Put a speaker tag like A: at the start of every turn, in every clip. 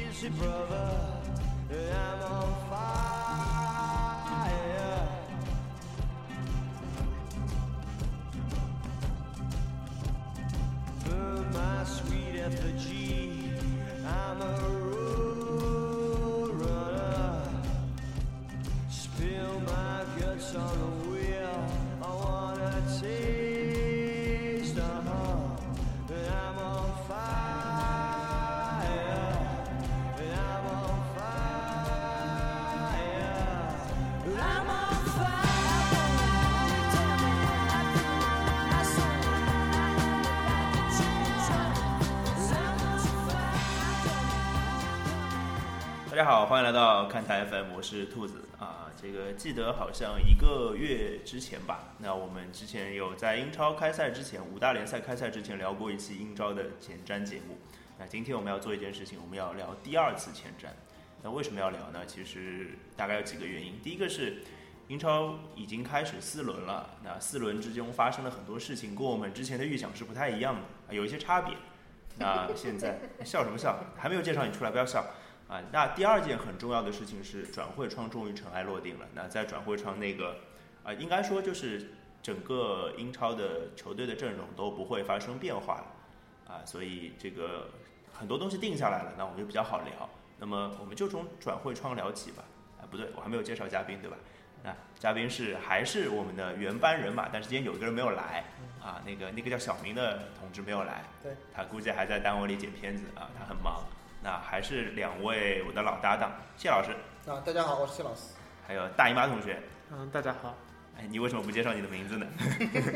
A: easy, brother. I'm on fire. Burn my sweet effigy. I'm a road runner. Spill my guts on the wheel. I wanna taste the heart. And I'm on fire. And I'm on fire. I'm on
B: Thank you.
C: 大家好，欢迎来到看台 FM，我是兔子啊。这个记得好像一个月之前吧，那我们之前有在英超开赛之前，五大联赛开赛之前聊过一期英超的前瞻节目。那今天我们要做一件事情，我们要聊第二次前瞻。那为什么要聊呢？其实大概有几个原因。第一个是英超已经开始四轮了，那四轮之中发生了很多事情，跟我们之前的预想是不太一样的，啊有一些差别。那现在笑什么笑？还没有介绍你出来，不要笑。啊，那第二件很重要的事情是转会窗终于尘埃落定了。那在转会窗那个，啊，应该说就是整个英超的球队的阵容都不会发生变化了，啊，所以这个很多东西定下来了，那我们就比较好聊。那么我们就从转会窗聊起吧。啊，不对，我还没有介绍嘉宾，对吧？那嘉宾是还是我们的原班人马，但是今天有一个人没有来，啊，那个那个叫小明的同志没有来，
D: 对，
C: 他估计还在单位里剪片子啊，他很忙。那还是两位我的老搭档谢老师，
D: 啊，大家好，我是谢老师。
C: 还有大姨妈同学。
E: 嗯，大家好，
C: 哎，你为什么不介绍你的名字呢？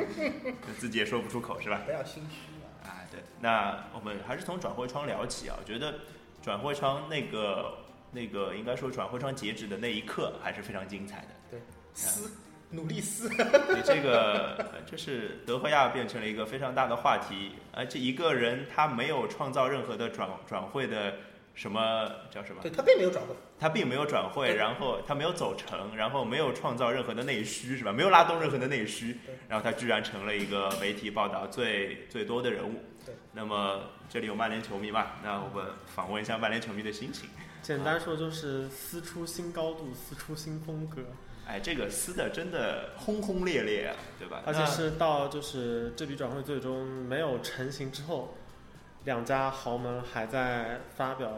C: 自己也说不出口是吧？
D: 不要心虚
C: 啊，
D: 啊，
C: 对，那我们还是从转会窗聊起啊。我觉得转会窗那个那个，应该说转会窗截止的那一刻还是非常精彩的。啊
D: 对，撕，努力撕。
C: 对，这个呃这是德赫亚变成了一个非常大的话题，而且一个人他没有创造任何的转转会的什么叫什么
D: 对，他并没有转过，
C: 他并没有转会，
D: 对
C: 然后他没有走成，然后没有创造任何的内需，是吧？没有拉动任何的内需
D: 对，
C: 然后他居然成了一个媒体报道最最多的人物
D: 对。
C: 那么这里有曼联球迷嘛？那我们访问一下曼联球迷的心情。
E: 简单说就是撕出新高度，撕出新风格，
C: 哎，这个撕的真的轰轰烈烈啊，对吧？
E: 而且
C: 那
E: 是到就是这笔转会最终没有成型之后，两家豪门还在发表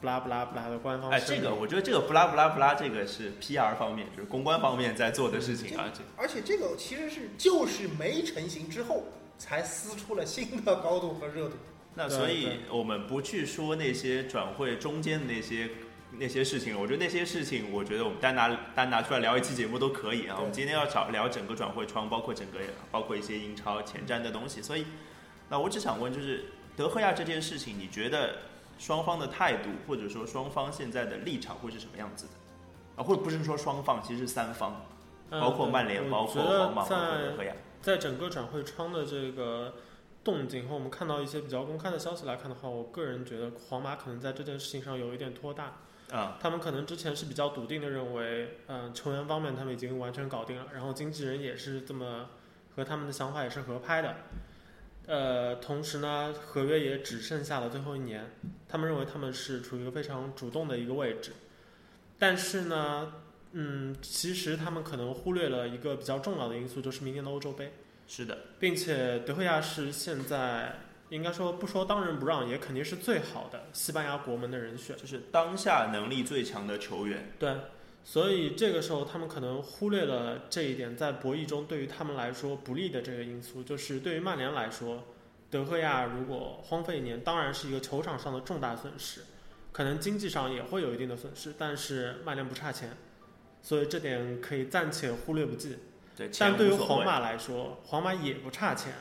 E: 不拉不拉不拉的官方
C: 哎，
E: 声
C: 这
E: 明
C: 个我觉得这个不拉不拉不拉，这个是 PR 方面，就是公关方面在做的事情啊。这
D: 而且这个其实是就是没成型之后才撕出了新的高度和热度。
C: 那
E: 对
C: 所
E: 对
C: 以我们不去说那些转会中间的那些那些事情，我觉得那些事情，我觉得我们单拿单拿出来聊一期节目都可以啊。
D: 对
C: 我们今天要找聊整个转会窗，包括整个包括一些英超前瞻的东西。所以，那我只想问，就是德赫亚这件事情，你觉得双方的态度，或者说双方现在的立场会是什么样子的？啊，或者不是说双方，其实是三方，
E: 嗯
C: 包括曼联，
E: 我
C: 包
E: 觉
C: 括
E: 得
C: 皇马，包括
E: 在
C: 德赫亚。
E: 在整个转会窗的这个动静和我们看到一些比较公开的消息来看的话，我个人觉得皇马可能在这件事情上有一点拖大。
C: 啊、
E: 他们可能之前是比较笃定的认为，嗯、球员方面他们已经完全搞定了，然后经纪人也是这么和他们的想法也是合拍的。呃，同时呢，合约也只剩下了最后一年，他们认为他们是处于一个非常主动的一个位置，但是呢，嗯，其实他们可能忽略了一个比较重要的因素，就是明年的欧洲杯。
C: 是的，
E: 并且德赫亚是现在应该说不说当仁不让，也肯定是最好的西班牙国门的人选。
C: 就是当下能力最强的球员。
E: 对，所以这个时候他们可能忽略了这一点，在博弈中对于他们来说不利的这个因素，就是对于曼联来说，德赫亚如果荒废一年，当然是一个球场上的重大损失，可能经济上也会有一定的损失，但是曼联不差钱，所以这点可以暂且忽略不计。
C: 对，钱
E: 但对于
C: 无所谓
E: 皇马来说，皇马也不差钱，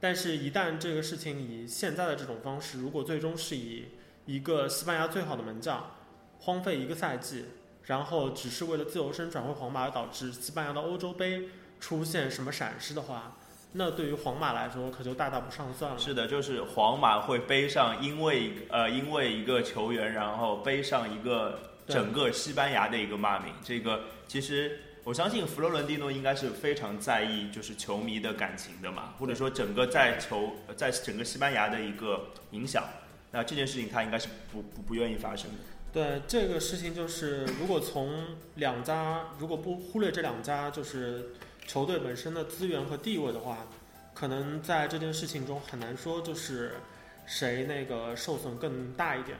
E: 但是，一旦这个事情以现在的这种方式，如果最终是以一个西班牙最好的门将荒废一个赛季，然后只是为了自由身转会皇马，而导致西班牙的欧洲杯出现什么闪失的话，那对于皇马来说可就大大不上算了。
C: 是的，就是皇马会背上，因为呃，因为一个球员，然后背上一个
E: 对
C: 整个西班牙的一个骂名。这个其实我相信弗洛伦蒂诺应该是非常在意，就是球迷呃的感情的嘛，或者说整个在球在整个西班牙的一个影响。那这件事情他应该是不不不愿意发生的。
E: 对这个事情，就是如果从两家如果不忽略这两家就是球队本身的资源和地位的话，可能在这件事情中很难说就是谁那个受损更大一点。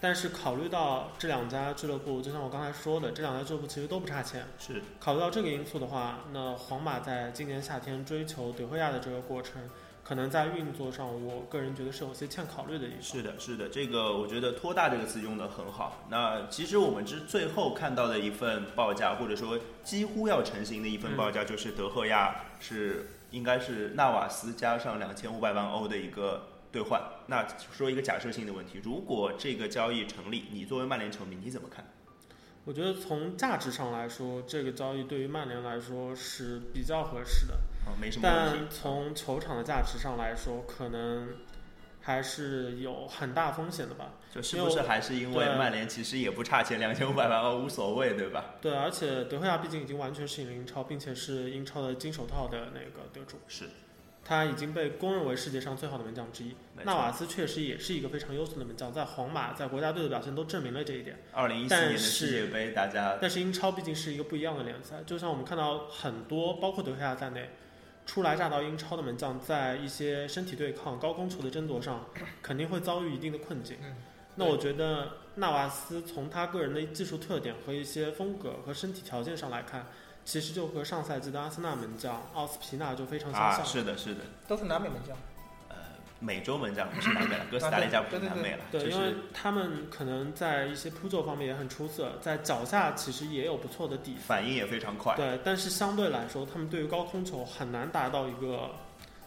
E: 但是考虑到这两家俱乐部，就像我刚才说的，这两家俱乐部其实都不差钱。
C: 是
E: 考虑到这个因素的话，那皇马在今年夏天追求德赫亚的这个过程，可能在运作上，我个人觉得是有些欠考虑的地方。
C: 是的，是的，这个我觉得“托大”这个词用的很好。那其实我们之最后看到的一份报价，或者说几乎要成型的一份
E: 嗯
C: 报价，就是德赫亚是应该是纳瓦斯加上两千五百万欧的一个兑换。那说一个假设性的问题，如果这个交易成立，你作为曼联球迷你怎么看？
E: 我觉得从价值上来说，这个交易对于曼联来说是比较合适的，
C: 啊，没什么问题。
E: 但从球场的价值上来说，可能还是有很大风险的吧。
C: 就是不是还是因为
E: 对
C: 曼联其实也不差钱，两千五百万欧无所谓，对吧？
E: 对，而且德赫亚毕竟已经完全是英超，并且是英超的金手套的那个得主，
C: 是，
E: 他已经被公认为世界上最好的门将之一。
C: 没
E: 纳
C: 错。
E: 瓦斯确实也是一个非常优秀的门将，在皇马、在国家队的表现都证明了这一点。
C: 二零一四
E: 但
C: 年的
E: 是
C: 世界杯，大家
E: 但是英超毕竟是一个不一样的联赛，就像我们看到很多，包括德赫亚在内，初来乍到英超的门将，在一些身体对抗、高空球的争夺上，肯定会遭遇一定的困境。
D: 嗯
E: 那我觉得纳瓦斯从他个人的技术特点和一些风格和身体条件上来看，其实就和上赛季的阿森纳门将奥斯皮纳就非常相
C: 啊，
E: 像。
C: 是的，是的。
D: 都是南美门将。
C: 呃，美洲门将不是南美了，哥斯达黎加不是南美了，就
E: 对，因为
C: 是
E: 他们可能在一些扑救方面也很出色，在脚下其实也有不错的底子。
C: 反应也非常快。
E: 对，但是相对来说，他们对于高空球很难达到一个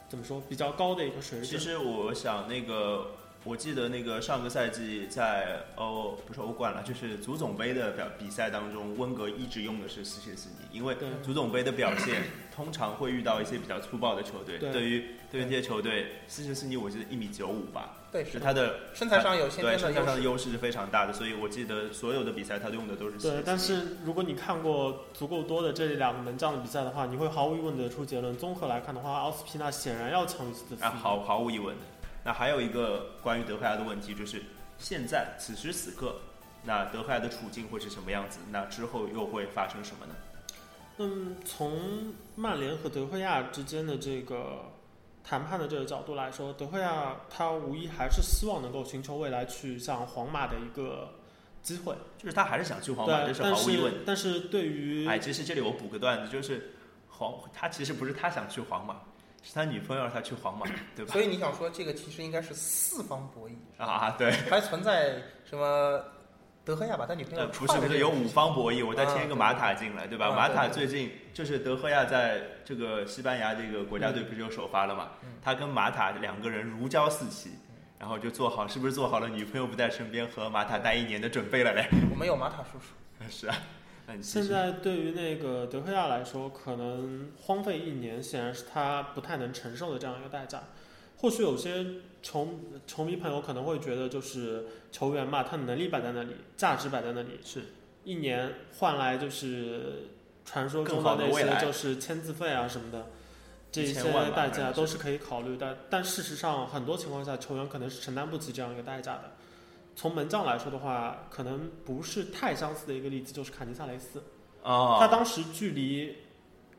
E: 怎么说比较高的一个水
C: 其
E: 准。
C: 实我想那个，我记得那个上个赛季在欧不是欧冠了，就是足总杯的表比赛当中，温格一直用的是斯切斯尼，因为
E: 对
C: 足总杯的表现通常会遇到一些比较粗暴的球队，
E: 对
C: 对于对于这些球队，斯切斯尼我记得一米九五吧，
D: 对，
C: 就是是他的
D: 身材上有先
C: 对
D: 天
C: 身
D: 的
C: 材
D: 优
C: 上
D: 势。
C: 的优势是非常大的，所以我记得所有的比赛他用的都是斯切斯
E: 对
C: 尼，
E: 但是如果你看过足够多的这两个门将的比赛的话，你会毫无疑问得出结论：综合来看的话，奥斯皮纳显然要强于斯特斯。
C: 啊，毫毫无疑问的。那还有一个关于德赫亚的问题，就是现在此时此刻，那德赫亚的处境会是什么样子？那之后又会发生什么呢？
E: 嗯，从曼联和德赫亚之间的这个谈判的这个角度来说，德赫亚他无疑还是希望能够寻求未来去向皇马的一个机会。
C: 就是他还是想去皇马，
E: 对，
C: 这
E: 啊
C: 是
E: 但
C: 毫无疑问
E: 是但是对于
C: 的。哎，其实这里我补个段子，就是皇他其实不是他想去皇马，是他女朋友让他去皇马，对吧
D: 所？以你想说，这个其实应该是四方博弈，
C: 啊，对，
D: 还存在什么德赫亚把他女朋
C: 呃，
D: 友
C: 不
D: 踹
C: 是不
D: 了这
C: 是，
D: 个
C: 有
D: 事情
C: 五方博弈，我再添一个
E: 嗯
D: 啊
C: 马塔进来，对吧？
D: 啊
C: 马塔
D: 对
C: 最近就是德赫亚在这个西班牙这个国家队不是有首发了嘛
D: 嗯？
C: 他跟马塔两个人如胶似漆，
E: 嗯
C: 然后就做好是不是做好了女朋友不在身边和马塔待一年的准备了嘞？
D: 我们有马塔叔叔，
C: 是啊，那你继
E: 现
C: 续
E: 在对于那个德赫亚来说，可能荒废一年显然是他不太能承受的这样一个代价。或许有些球球迷朋友可能会觉得，就是球员嘛，他能力摆在那里，价值摆在那里，
C: 是
E: 一年换来就是传说中
C: 更好的
E: 那
C: 未来
E: 些就是签字费啊什么的，这
C: 一
E: 些
C: 千万
E: 代
C: 吧反
E: 价
C: 正
E: 都是可以考虑的。但事实上，很多情况下球员可能是承担不起这样一个代价的。从门将来说的话，可能不是太相似的一个例子就是坎尼萨雷斯，他
C: 哦，
E: 当时距离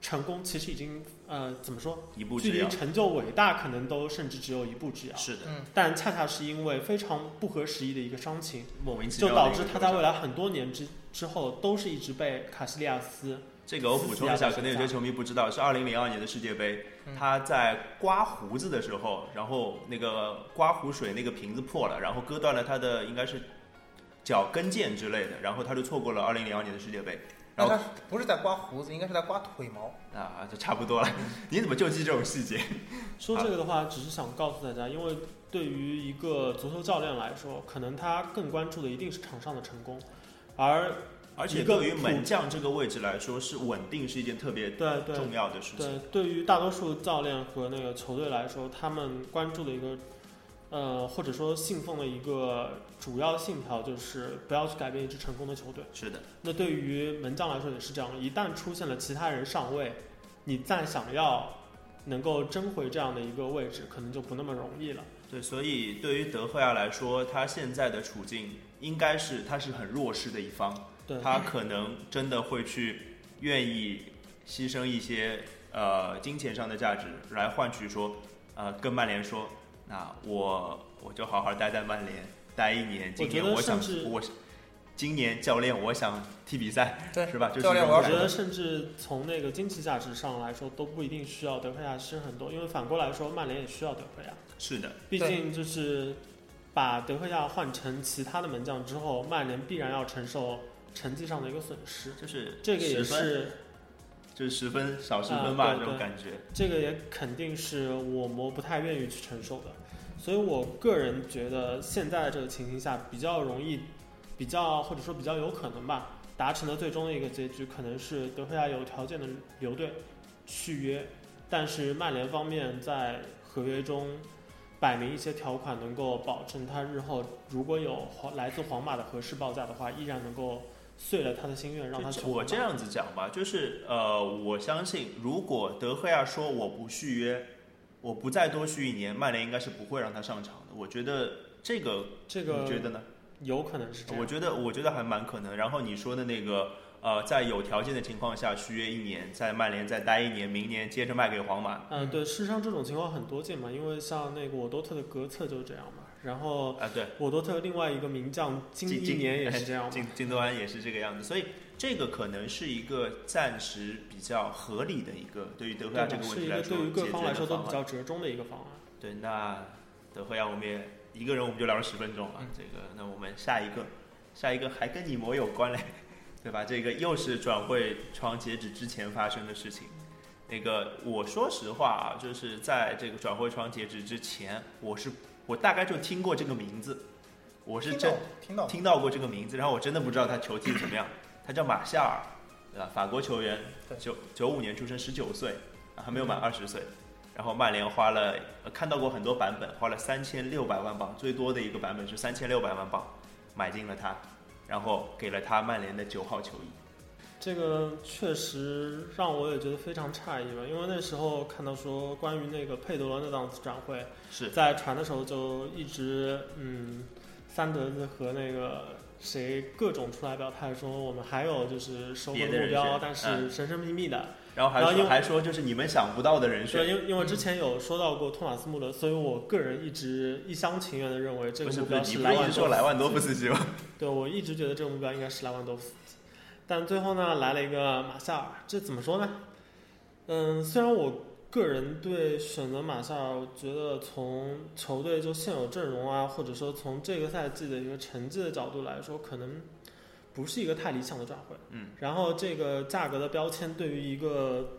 E: 成功其实已经呃怎么说，
C: 一步
E: 距
C: 之
E: 离
C: 遥，
E: 成就伟大可能都甚至只有一步之遥。
C: 是的，
D: 嗯，
E: 但恰恰是因为非常不合时宜的一个伤情，
C: 莫名其
E: 就
C: 妙的
E: 导
C: 一个
E: 致
C: 球场。
E: 他在未来很多年之之后都是一直被卡西利亚斯
C: 这个我补充一下，可能有些球迷不知道，是二零零二年的世界杯，
E: 嗯
C: 他在刮胡子的时候，然后那个刮胡水那个瓶子破了，然后割断了他的应该是脚跟腱之类的，然后他就错过了二零零二年的世界杯。然
D: 那
C: 后
D: 他不是在刮胡子，应该是在刮腿毛。
C: 啊，就差不多了。
E: 嗯
C: 你怎么就记这种细节？
E: 说这个的话，只是想告诉大家，因为对于一个足球教练来说，可能他更关注的一定是场上的成功，而
C: 而且
E: 一个
C: 对于门将这个位置来说，是稳定是一件特别
E: 对对
C: 重要的事情。
E: 对，对于大多数教练和那个球队来说，他们关注的一个，呃，或者说信奉的一个主要信条就是不要去改变一支成功的球队。
C: 是的，
E: 那对于门将来说也是这样，一旦出现了其他人上位，你再想要能够争回这样的一个位置，可能就不那么容易了。
C: 对，所以对于德赫亚来说，他现在的处境应该是他是很弱势的一方，
E: 对，
C: 他可能真的会去愿意牺牲一些呃金钱上的价值来换取说，呃，跟曼联说，那我我就好好待在曼联待一年，今年
E: 我觉得
C: 我想
E: 甚至
C: 我今年教练我想踢比赛，
D: 对
C: 是吧？就是
D: 教练
C: 这
D: 我
E: 我
C: 种
D: 要
C: 感
E: 觉
D: 守
E: 得，甚至从那个经济价值上来说，都不一定需要德赫亚牺牲很多，因为反过来说，曼联也需要德赫亚。
C: 是的，
E: 毕
D: 对
E: 竟就是把德赫亚换成其他的门将之后，曼联必然要承受成绩上的一个损失。
C: 就是
E: 这个也
C: 十分
E: 是，
C: 就是十分少十分吧、
E: 啊对
C: 这种
E: 对
C: 感觉，
E: 这个也肯定是我们不太愿意去承受的。所以我个人觉得，现在这个情形下，比较容易，比较或者说比较有可能吧，达成的最终的一个结局，可能是德赫亚有条件的留队续约，但是曼联方面在合约中摆明一些条款，能够保证他日后如果有皇来自皇马的合适报价的话，依然能够遂了他的心愿，让他
C: 就
E: 去
C: 我
E: 皇马
C: 这样子讲吧，就是呃，我相信如果德赫亚说我不续约，我不再多续一年，曼联应该是不会让他上场的。我觉得这个
E: 这个
C: 你觉得呢？
E: 有可能是这样
C: 我。觉得我觉得还蛮可能。然后你说的那个呃，在有条件的情况下续约一年，在曼联再待一年，明年接着卖给皇马。
E: 嗯，对，事实上这种情况很多见嘛，因为像那个沃多特的格策就是这样嘛，然后
C: 啊，对，
E: 沃多特另外一个名将金
C: 金
E: 一
C: 金
E: 年也是这样嘛，
C: 金金多安也是这个样子，所以这个可能是一个暂时比较合理的一个对于德
E: 对
C: 赫亚这
E: 吧？
C: 个问
E: 是
C: 题
E: 一
C: 来
E: 个
C: 说
E: 对于
C: 解
E: 各
C: 决
E: 方来
C: 的
E: 说都
C: 方
E: 比
C: 案。
E: 较折中的一个方案。
C: 对，那德赫亚我们也一个人我们就聊了十分钟啊，这个那我们下一个，下一个还跟你模有关嘞， 对吧？这个又是转会窗截止之前发生的事情。那个我说实话啊，就是在这个转会窗截止之前，我是我大概就听过这个名字，我是
D: 听
C: 真
D: 到听到，
C: 听到过这个名字，然后我真的不知道他球技怎么样。他叫马夏尔， 对吧？法国球员，
D: 对
C: 九九五年出生，十九岁，啊还没有满二十岁。然后曼联花了，呃看到过很多版本，花了三千六百万镑，最多的一个版本是三千六百万镑买进了他，然后给了他曼联的九号球衣。
E: 这个确实让我也觉得非常诧异吧，因为那时候看到说关于那个佩德罗那档子转会，
C: 是
E: 在传的时候就一直嗯，三德子和那个谁各种出来表态说我们还有就是收
C: 别
E: 购
C: 的
E: 的
C: 人
E: 目标
C: 选，
E: 但是
C: 嗯
E: 神神秘秘的。
C: 然后还
E: 然后
C: 说
E: 又哎
C: 还说就是你们想不到的人
E: 对，
C: 选，
E: 因为因为之前有说到过托马斯穆勒，所以我个人一直一厢情愿的认为这
C: 不
E: 个
C: 是
E: 目
C: 不是，
E: 标
C: 你不
E: 莱
C: 是一
E: 万
C: 直
E: 多
C: 说
E: 夫。
C: 莱万多夫斯基吗？
E: 对，我一直觉得这个目标应该是莱万多夫斯基，但最后呢来了一个马夏尔，这怎么说呢？嗯，虽然我个人对选择马夏尔，我觉得从球队就现有阵容啊，或者说从这个赛季的一个成绩的角度来说，可能不是一个太理想的转会。
C: 嗯，
E: 然后这个价格的标签对于一个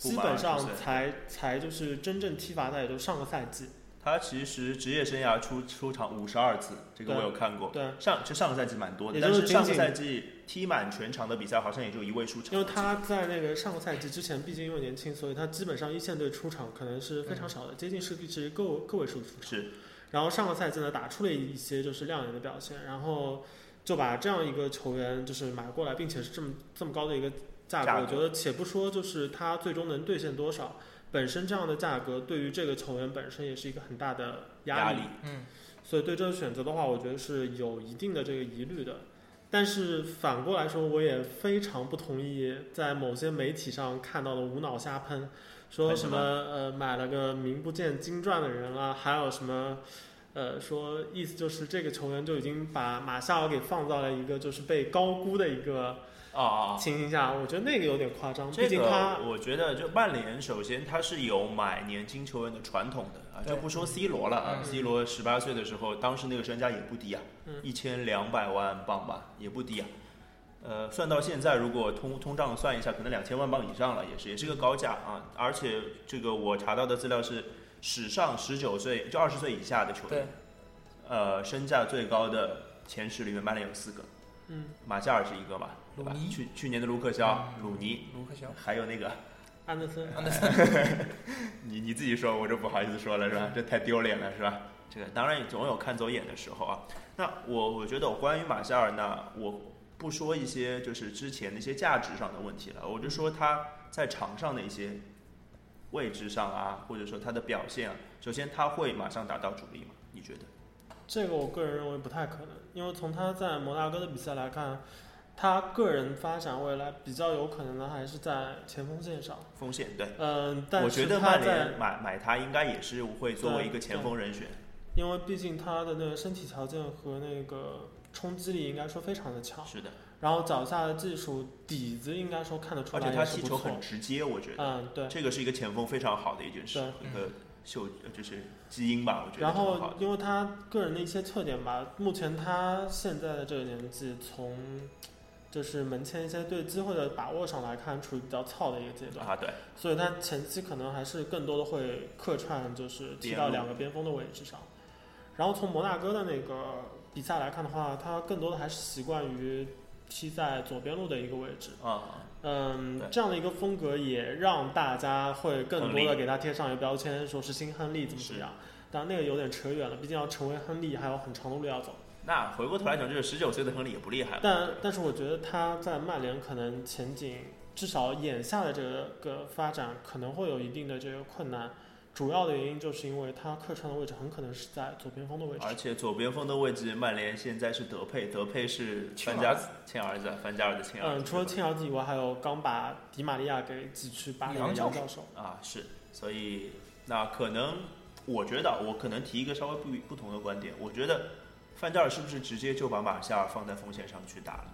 C: 不
E: 基
C: 满
E: 本上
C: 20岁
E: 才才就是真正踢法的也就上个赛季，
C: 他其实职业生涯出出场五十二次，这个我
E: 对
C: 有看过。
E: 对，
C: 上就上个赛季蛮多的，
E: 也
C: 但
E: 就是是
C: 上个
E: 仅仅
C: 赛季踢满全场的比赛好像也就一位出场，
E: 因为他在那个上个赛季之前，毕竟因为年轻，所以他基本上一线队出场可能是
C: 嗯
E: 非常少的，接近是是个个位数出场。
C: 是
E: 然后上个赛季呢，打出了一些就是亮眼的表现，然后就把这样一个球员就是买过来，并且是这么这么高的一个价格，
C: 价格
E: 我觉得且不说就是他最终能兑现多少，本身这样的价格对于这个球员本身也是一个很大的
C: 压
E: 力
C: 力。
D: 嗯，
E: 所以对这个选择的话，我觉得是有一定的这个疑虑的。但是反过来说，我也非常不同意在某些媒体上看到的无脑瞎喷，说
C: 喷什
E: 什么呃买了个名不见经传的人啊，还有什么呃说意思就是这个球员就已经把马夏尔给放到了一个就是被高估的一个
C: 啊。
E: 情形下，我觉得那个有点夸张，
C: 这
E: 毕竟他
C: 个我觉得，就曼联首先它是有买年轻球员的传统的啊，
D: 对
C: 就不说 C 罗了啊
D: 嗯
C: ，C 罗十八岁的时候，当时那个身价也不低啊
E: 嗯，
C: 一千两百万镑吧，也不低啊。呃，算到现在，如果通通胀算一下，可能两千万镑以上了，也是也是个高价啊。而且这个我查到的资料是，史上十九岁就二十岁以下的球员
D: 对，
C: 呃，身价最高的前十里面，曼联有四个，
E: 嗯
C: 马夏尔是一个吧，对吧
D: 鲁尼？
C: 去去年的卢克肖、
D: 嗯
C: 鲁尼，
D: 卢 克肖，啊
C: 还有那个，
E: 安德森
C: 你你自己说，我就不好意思说了，是吧？这太丢脸了，是吧？这个当然总有看走眼的时候啊。那我我觉得我关于马夏尔呢，我不说一些就是之前的一些价值上的问题了，我就说他在场上的一些位置上啊，或者说他的表现啊，首先他会马上达到主力吗？你觉得？
E: 这个我个人认为不太可能，因为从他在摩纳哥的比赛来看，他个人发展未来比较有可能的还是在前锋线上。
C: 锋线对，
E: 嗯，但
C: 我
E: 是
C: 觉得
E: 他
C: 曼
E: 在
C: 联买买他应该也是会作为一个前锋人选。
E: 因为毕竟他的那个身体条件和那个冲击力应该说非常的强，
C: 是的，
E: 然后脚下的技术底子应该说看得出
C: 而
E: 来
C: 且他
E: 也是
C: 踢
E: 不
C: 球
E: 错
C: 很。直接，我觉得
E: 嗯，对。
C: 这个是一个前锋非常好的一件事，
E: 对
C: 一个秀呃就是基因吧，我觉得
E: 然
C: 挺好
E: 后
C: 的
E: 因为他个人的一些特点吧，目前他现在的这个年纪，从就是门前一些对机会的把握上来看，处于比较糙的一个阶段，
C: 啊，对，
E: 所以他前期可能还是更多的会客串，就是踢到两个边锋的位置上。然后从摩纳哥的那个比赛来看的话，他更多的还是习惯于踢在左边路的一个位置。
C: 啊，
E: 嗯
C: 对，
E: 这样的一个风格也让大家会更多
C: 亨
E: 的
C: 利
E: 给他贴上一个标签，说是新亨利怎么怎么样。但那个有点扯远了，毕竟要成为亨利还有很长的路要走。
C: 那回过头来讲，就是十九岁的亨利也不厉害嘛，
E: 但但是我觉得他在曼联可能前景，至少眼下的这个发展可能会有一定的这个困难。主要的原因就是因为他客串的位置很可能是在左边锋的位置
C: 而。且左边锋的位置，曼联现在是德佩，德佩是
D: 亲
C: 范
D: 儿
C: 加
D: 子
C: 亲儿子，范加尔的亲儿子。
E: 嗯，除了
C: 对吧
E: 亲儿子以外，还有刚把迪玛利亚给挤去巴黎的
D: 杨
E: 杨
D: 教授
E: 教授。
C: 啊，是，所以那可能我觉得啊我可能提一个稍微不一不同的观点，我觉得范加尔是不是直接就把马夏尔放在锋线上去打了？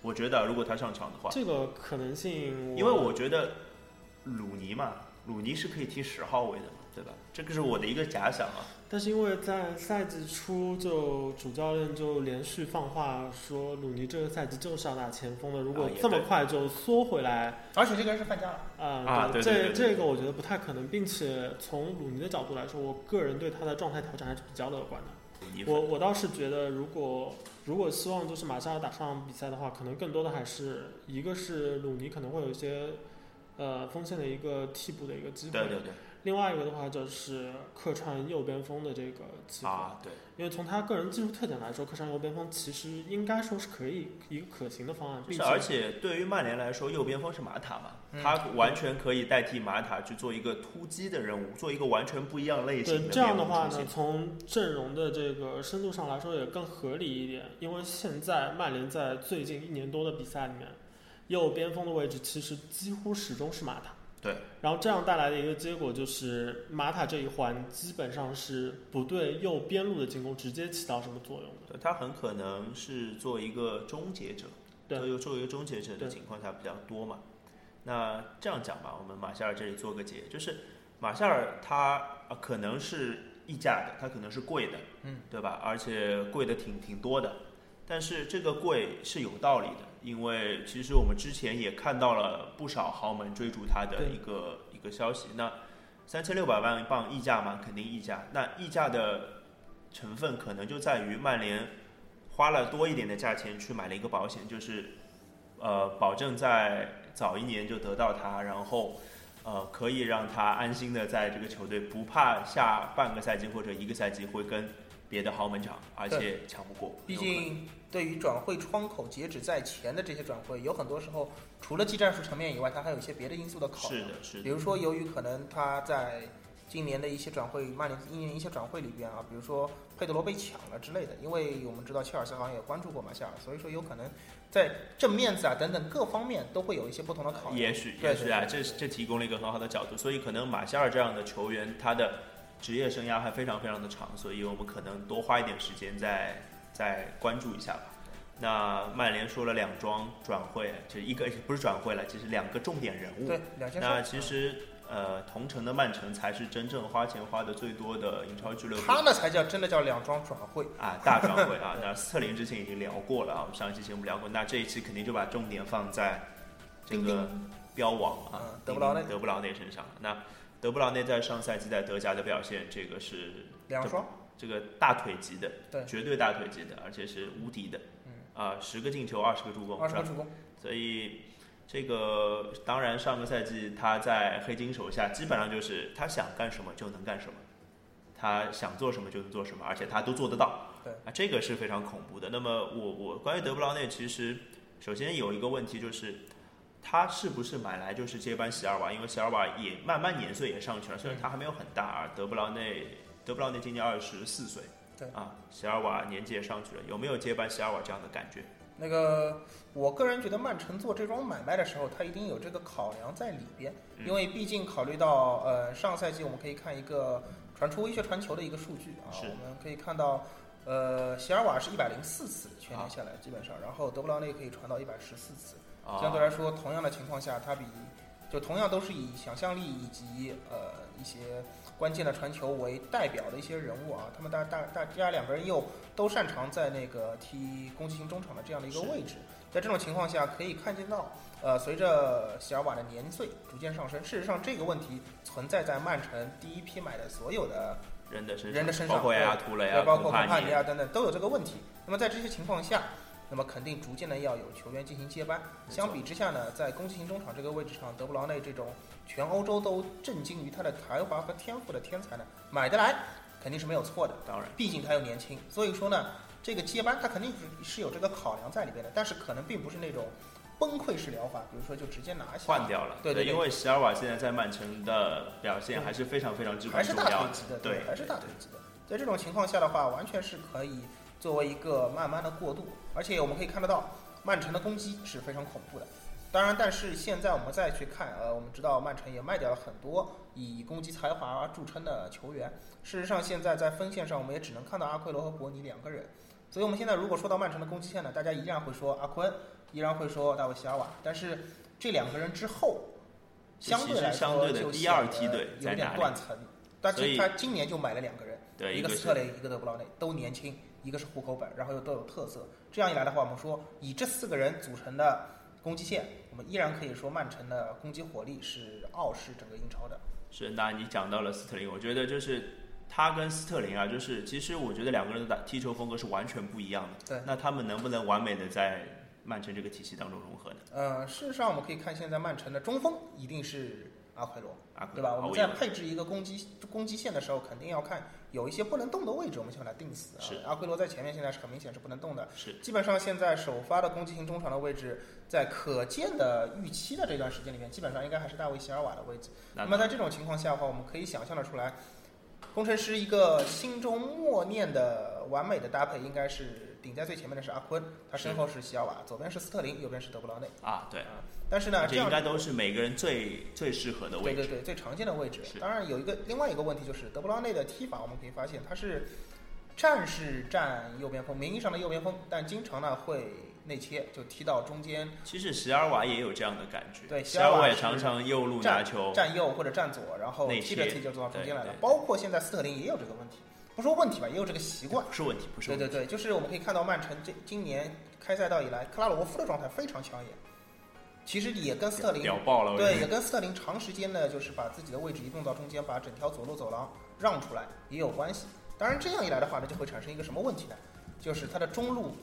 C: 我觉得如果他上场的话，
E: 这个可能性，
C: 因为我觉得鲁尼嘛，鲁尼是可以踢十号位的嘛，对吧？这个是我的一个假想啊。
E: 但是因为在赛季初就主教练就连续放话说鲁尼这个赛季就是要打前锋的，如
C: 啊
E: 果
C: 也对
E: 这么快就缩回来，
D: 而且这个人是范加尔，
E: 啊、
C: 啊对对对
E: 这
C: 对
E: 这个我觉得不太可能，并且从鲁尼的角度来说，我个人对他的状态调整还是比较乐观的。
C: 鲁尼
E: 我我倒是觉得，如果如果希望就是马上要打上比赛的话，可能更多的还是一个是鲁尼可能会有一些呃锋线的一个替补的一个机会，
C: 对对
E: 另外一个的话就是客串右边锋的这个机
C: 对
E: 会。
C: 啊，对，
E: 因为从他个人技术特点来说，客串右边锋其实应该说是可以一个可行的方案，
C: 就
E: 并
C: 是
E: 且
C: 而且对于曼联来说，右边锋是马塔嘛，
D: 嗯
C: 他完全可以代替马塔去做一个突击的任务，做一个完全不一样类型的
E: 对这样
C: 边
E: 的
C: 路
E: 话
C: 出
E: 呢
C: 现，
E: 从阵容的这个深度上来说也更合理一点。因为现在曼联在最近一年多的比赛里面，右边锋的位置其实几乎始终是马塔。
C: 对。
E: 然后这样带来的一个结果就是，马塔这一环基本上是不对右边路的进攻直接起到什么作用的。
C: 对他很可能是做一个终结者，
E: 对
C: 作为作为一个终结者的
E: 对
C: 情况下比较多嘛。那这样讲吧，我们马夏尔这里做个结，就是马夏尔他、呃可能是溢价的，他可能是贵的，
D: 嗯，
C: 对吧？而且贵的挺挺多的，但是这个贵是有道理的，因为其实我们之前也看到了不少豪门追逐他的
E: 对
C: 一个一个消息。那三千六百万镑溢价嘛，肯定溢价。那溢价的成分可能就在于曼联花了多一点的价钱去买了一个保险，就是呃，保证在早一年就得到他，然后呃，可以让他安心的在这个球队，不怕下半个赛季或者一个赛季会跟别的豪门抢，而且抢不过。
D: 毕
C: 有可能
D: 竟对于转会窗口截止在前的这些转会，有很多时候除了技战术层面以外，它还有一些别的因素的考量。
C: 是的，是
D: 比
C: 的，
D: 如说，由于可能他在今年的一些转会，曼联今年一些转会里边啊，比如说佩德罗被抢了之类的，因为我们知道切尔西好像也关注过马夏尔，所以说有可能在正面子啊等等各方面都会有一些不同的考量。
C: 也许
D: 对
C: 也许啊，
D: 对
C: 这
D: 对
C: 这提供了一个很好的角度，所以可能马夏尔这样的球员，他的职业生涯还非常非常的长，所以我们可能多花一点时间再再关注一下吧。那曼联说了两桩转会，就一个不是转会了，其实两个重点人物。
D: 对，两件事。
C: 那其实呃，同城的曼城才是真正花钱花的最多的英超俱乐部。
D: 他那才叫真的叫两桩转会。
C: 啊，大转会啊， 那斯特林之前已经聊过了啊，我们上一期节目聊过，那这一期肯定就把重点放在这
D: 丁
C: 个标王啊
D: 嗯，德布劳内
C: 德布劳内身上。啊那德布劳内在上赛季在德甲的表现，这个是
D: 两双，
C: 这个大腿级的，
D: 对
C: 绝对大腿级的，而且是无敌的，
D: 嗯
C: 啊，十个进球，二十个助攻，
D: 二十
C: 是吧
D: 个助攻，
C: 所以这个当然上个赛季他在黑金手下基本上就是他想干什么就能干什么，他想做什么就能做什么，而且他都做得到。
D: 对
C: 啊，这个是非常恐怖的。那么我我关于德布劳内，其实首先有一个问题就是，他是不是买来就是接班席尔瓦？因为席尔瓦也慢慢年岁也上去了，虽然他还没有很大啊。德布劳内，德布劳内今年二十四岁，
D: 对
C: 啊，席尔瓦年纪也上去了，有没有接班席尔瓦这样的感觉？
D: 那个，我个人觉得曼城做这桩买卖的时候，他一定有这个考量在里边，
C: 嗯
D: 因为毕竟考虑到，呃，上赛季我们可以看一个传出威胁传球的一个数据啊，
C: 是
D: 我们可以看到，呃，席尔瓦是一百零四次全年下来基本上，然后德布劳内可以传到一百十四次，
C: 啊，
D: 相对来说，同样的情况下，他比就同样都是以想象力以及呃一些关键的传球为代表的一些人物啊，他们大大大家两个人又都擅长在那个踢攻击型中场的这样的一个
C: 是
D: 位置，在这种情况下可以看见到，呃，随着席尔瓦的年岁逐渐上升，事实上这个问题存在在曼城第一批买的所有的
C: 人的身上，
D: 人的身上
C: 包括亚图雷
D: 对，
C: 啊，
D: 包括
C: 孔
D: 帕
C: 帕
D: 尼啊等等都有这个问题。那么在这些情况下，那么肯定逐渐的要有球员进行接班。
C: 没错
D: 相比之下呢，在攻击型中场这个位置上，德布劳内这种全欧洲都震惊于他的才华和天赋的天才呢，买得来肯定是没有错的。
C: 当然
D: 毕竟他又年轻，所以说呢，这个接班他肯定是是有这个考量在里边的，但是可能并不是那种崩溃式疗法，比如说就直接拿下
C: 换掉了，
D: 对对对
C: 因为席尔瓦现在在曼城的表现还是非常非常至
D: 还
C: 关
D: 是
C: 重
D: 大
C: 要
D: 腿
C: 的
D: 级的，，
C: 对，
D: 还是大
C: 对
D: 腿级的。在这种情况下的话，完全是可以作为一个慢慢的过渡，而且我们可以看得到，曼城的攻击是非常恐怖的。当然，但是现在我们再去看，呃，我们知道曼城也卖掉了很多以攻击才华著称的球员。事实上，现在在锋线上，我们也只能看到阿奎罗和博尼两个人。所以，我们现在如果说到曼城的攻击线呢，大家依然会说阿昆，依然会说大卫席尔瓦，但是这两个人之后，相对来
C: 其实相
D: 说
C: 对的
D: 就
C: 第二
D: 显得
C: 梯队在
D: 有点
C: 哪里
D: 断层。但
C: 所
D: 是
C: 以
D: 他今年就买了两个人，
C: 对
D: 一
C: 一
D: 个
C: 个
D: 斯
C: 是
D: 特雷，一个德布劳内，都年轻，一个是户口本，然后又都有特色。这样一来的话，我们说以这四个人组成的攻击线，我们依然可以说曼城的攻击火力是傲视整个英超的。
C: 是，那你讲到了斯特林，我觉得就是他跟斯特林啊，就是其实我觉得两个人的打踢球风格是完全不一样的。
D: 对
C: 那他们能不能完美的在曼城这个体系当中融合呢？
D: 呃，事实上我们可以看现在曼城的中锋一定是阿奎罗，
C: 阿奎
D: 对
C: 罗
D: 吧？我
C: 奥
D: 们
C: 伊
D: 在
C: 文
D: 配置一个攻击攻击线的时候，肯定要看有一些不能动的位置，我们先把它定死啊。
C: 是
D: 阿奎罗在前面现在是很明显是不能动的，
C: 是
D: 基本上现在首发的攻击型中场的位置，在可见的预期的这段时间里面，基本上应该还是大卫席尔瓦的位置。
C: 那
D: 那么在这种情况下的话，我们可以想象的出来，工程师一个心中默念的完美的搭配，应该是顶在最前面的是阿昆，他身后是席尔瓦，左边是斯特林，右边是德布劳内。
C: 啊，对，
D: 啊，但是呢，
C: 而
D: 这
C: 且
D: 样
C: 应该都是每个人最最适合的位
D: 对对
C: 置。
D: 对，最常见的位置
C: 是。
D: 当然有一个另外一个问题就是德布劳内的踢法，我们可以发现他是站是站右边锋，名义上的右边锋，但经常呢会内切，就踢到中间
C: 其实席尔瓦也有这样的感觉，
D: 对
C: 席尔瓦也
D: 席尔瓦
C: 常
D: 是
C: 常右路拿
D: 站
C: 球，
D: 站右或者站左，然后
C: 内
D: 踢着
C: 切
D: 踢着就到中间来了
C: 对对。
D: 包括现在斯特林也有这个问题，不说问题吧，也有这个习惯。
C: 不是问题，不是
D: 对
C: 问题。
D: 对对，就是我们可以看到曼城这今年开赛道以来，克拉罗夫的状态非常抢眼，其实也跟斯特林
C: 屌爆了，我觉得
D: 对，也跟斯特林长时间的，就是把自己的位置移动到中间，把整条左路走廊让出来也有关系。当然，这样一来的话呢，就会产生一个什么问题呢？就是他的中路，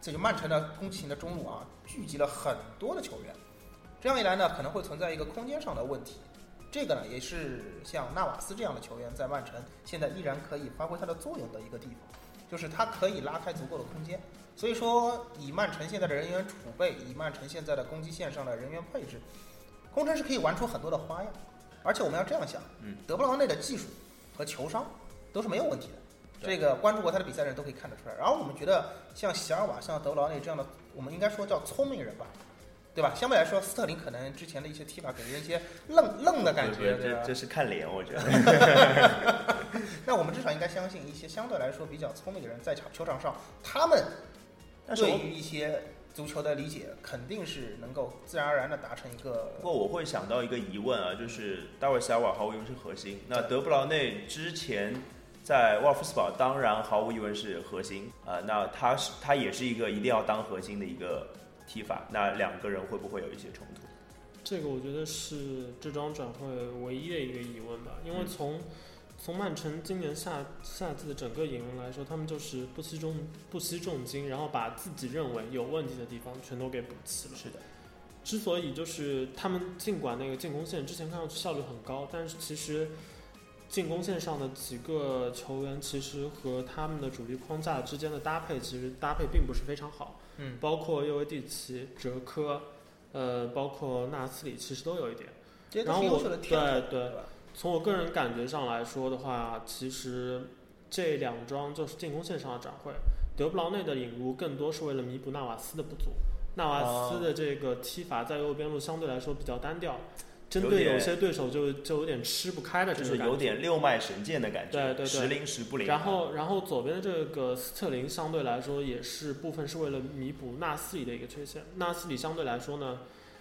D: 这就曼城的攻击型的中路啊，聚集了很多的球员，这样一来呢，可能会存在一个空间上的问题。这个呢，也是像纳瓦斯这样的球员在曼城现在依然可以发挥他的作用的一个地方，就是他可以拉开足够的空间。所以说，以曼城现在的人员储备，以曼城现在的攻击线上的人员配置，工程师可以玩出很多的花样。而且我们要这样想，
C: 嗯，
D: 德布劳内的技术和球商都是没有问题的。
C: 对
D: 这个关注过他的比赛的人都可以看得出来。然后我们觉得像席尔瓦、像德布劳内这样的，我们应该说叫聪明人吧，对吧？相对来说，斯特林可能之前的一些踢法给人一些愣愣的感
C: 不
D: 觉，
C: 不
D: 对吧
C: 这？这是看脸，我觉得。
D: 那我们至少应该相信一些相对来说比较聪明的人在场球场上，他们
C: 但是我
D: 对于一些足球的理解，肯定是能够自然而然的达成一个
C: 不过我会想到一个疑问啊，就是大卫·夏瓦毫无疑问是核心，那德布劳内之前在沃尔夫斯堡当然毫无疑问是核心啊、呃那他是他也是一个一定要当核心的一个踢法，那两个人会不会有一些冲突？
E: 这个我觉得是这桩转会唯一的一个疑问吧，因为
C: 嗯
E: 从、从曼城今年夏夏季的整个引援来说，他们就是不惜重不惜重金，然后把自己认为有问题的地方全都给补齐了。
C: 是的，
E: 之所以就是他们尽管那个进攻线之前看上去效率很高，但是其实进攻线上的几个球员其实和他们的主力框架之间的搭配，其实搭配并不是非常好。
D: 嗯
E: 包括右卫蒂奇、哲科、呃，包括纳斯里其实都有一点。
D: 这些
E: 然
D: 都
E: 后
D: 是优
E: 我
D: 秀的
E: 对
D: 天赋，
E: 对
D: 吧？
E: 从我个人感觉上来说的话，其实这两桩就是进攻线上的转会，德布劳内的引入更多是为了弥补纳瓦斯的不足。纳瓦斯的这个踢法在右边路相对来说比较单调，针对
C: 有点
E: 有些对手就就有点吃不开的这
C: 就
E: 种
C: 是
E: 感觉
C: 有。点六脉神剑的感觉，
E: 对对对
C: 时灵时不灵。啊
E: 然后，然后左边的这个斯特林相对来说也是部分是为了弥补纳斯里的一个缺陷。纳斯里相对来说呢，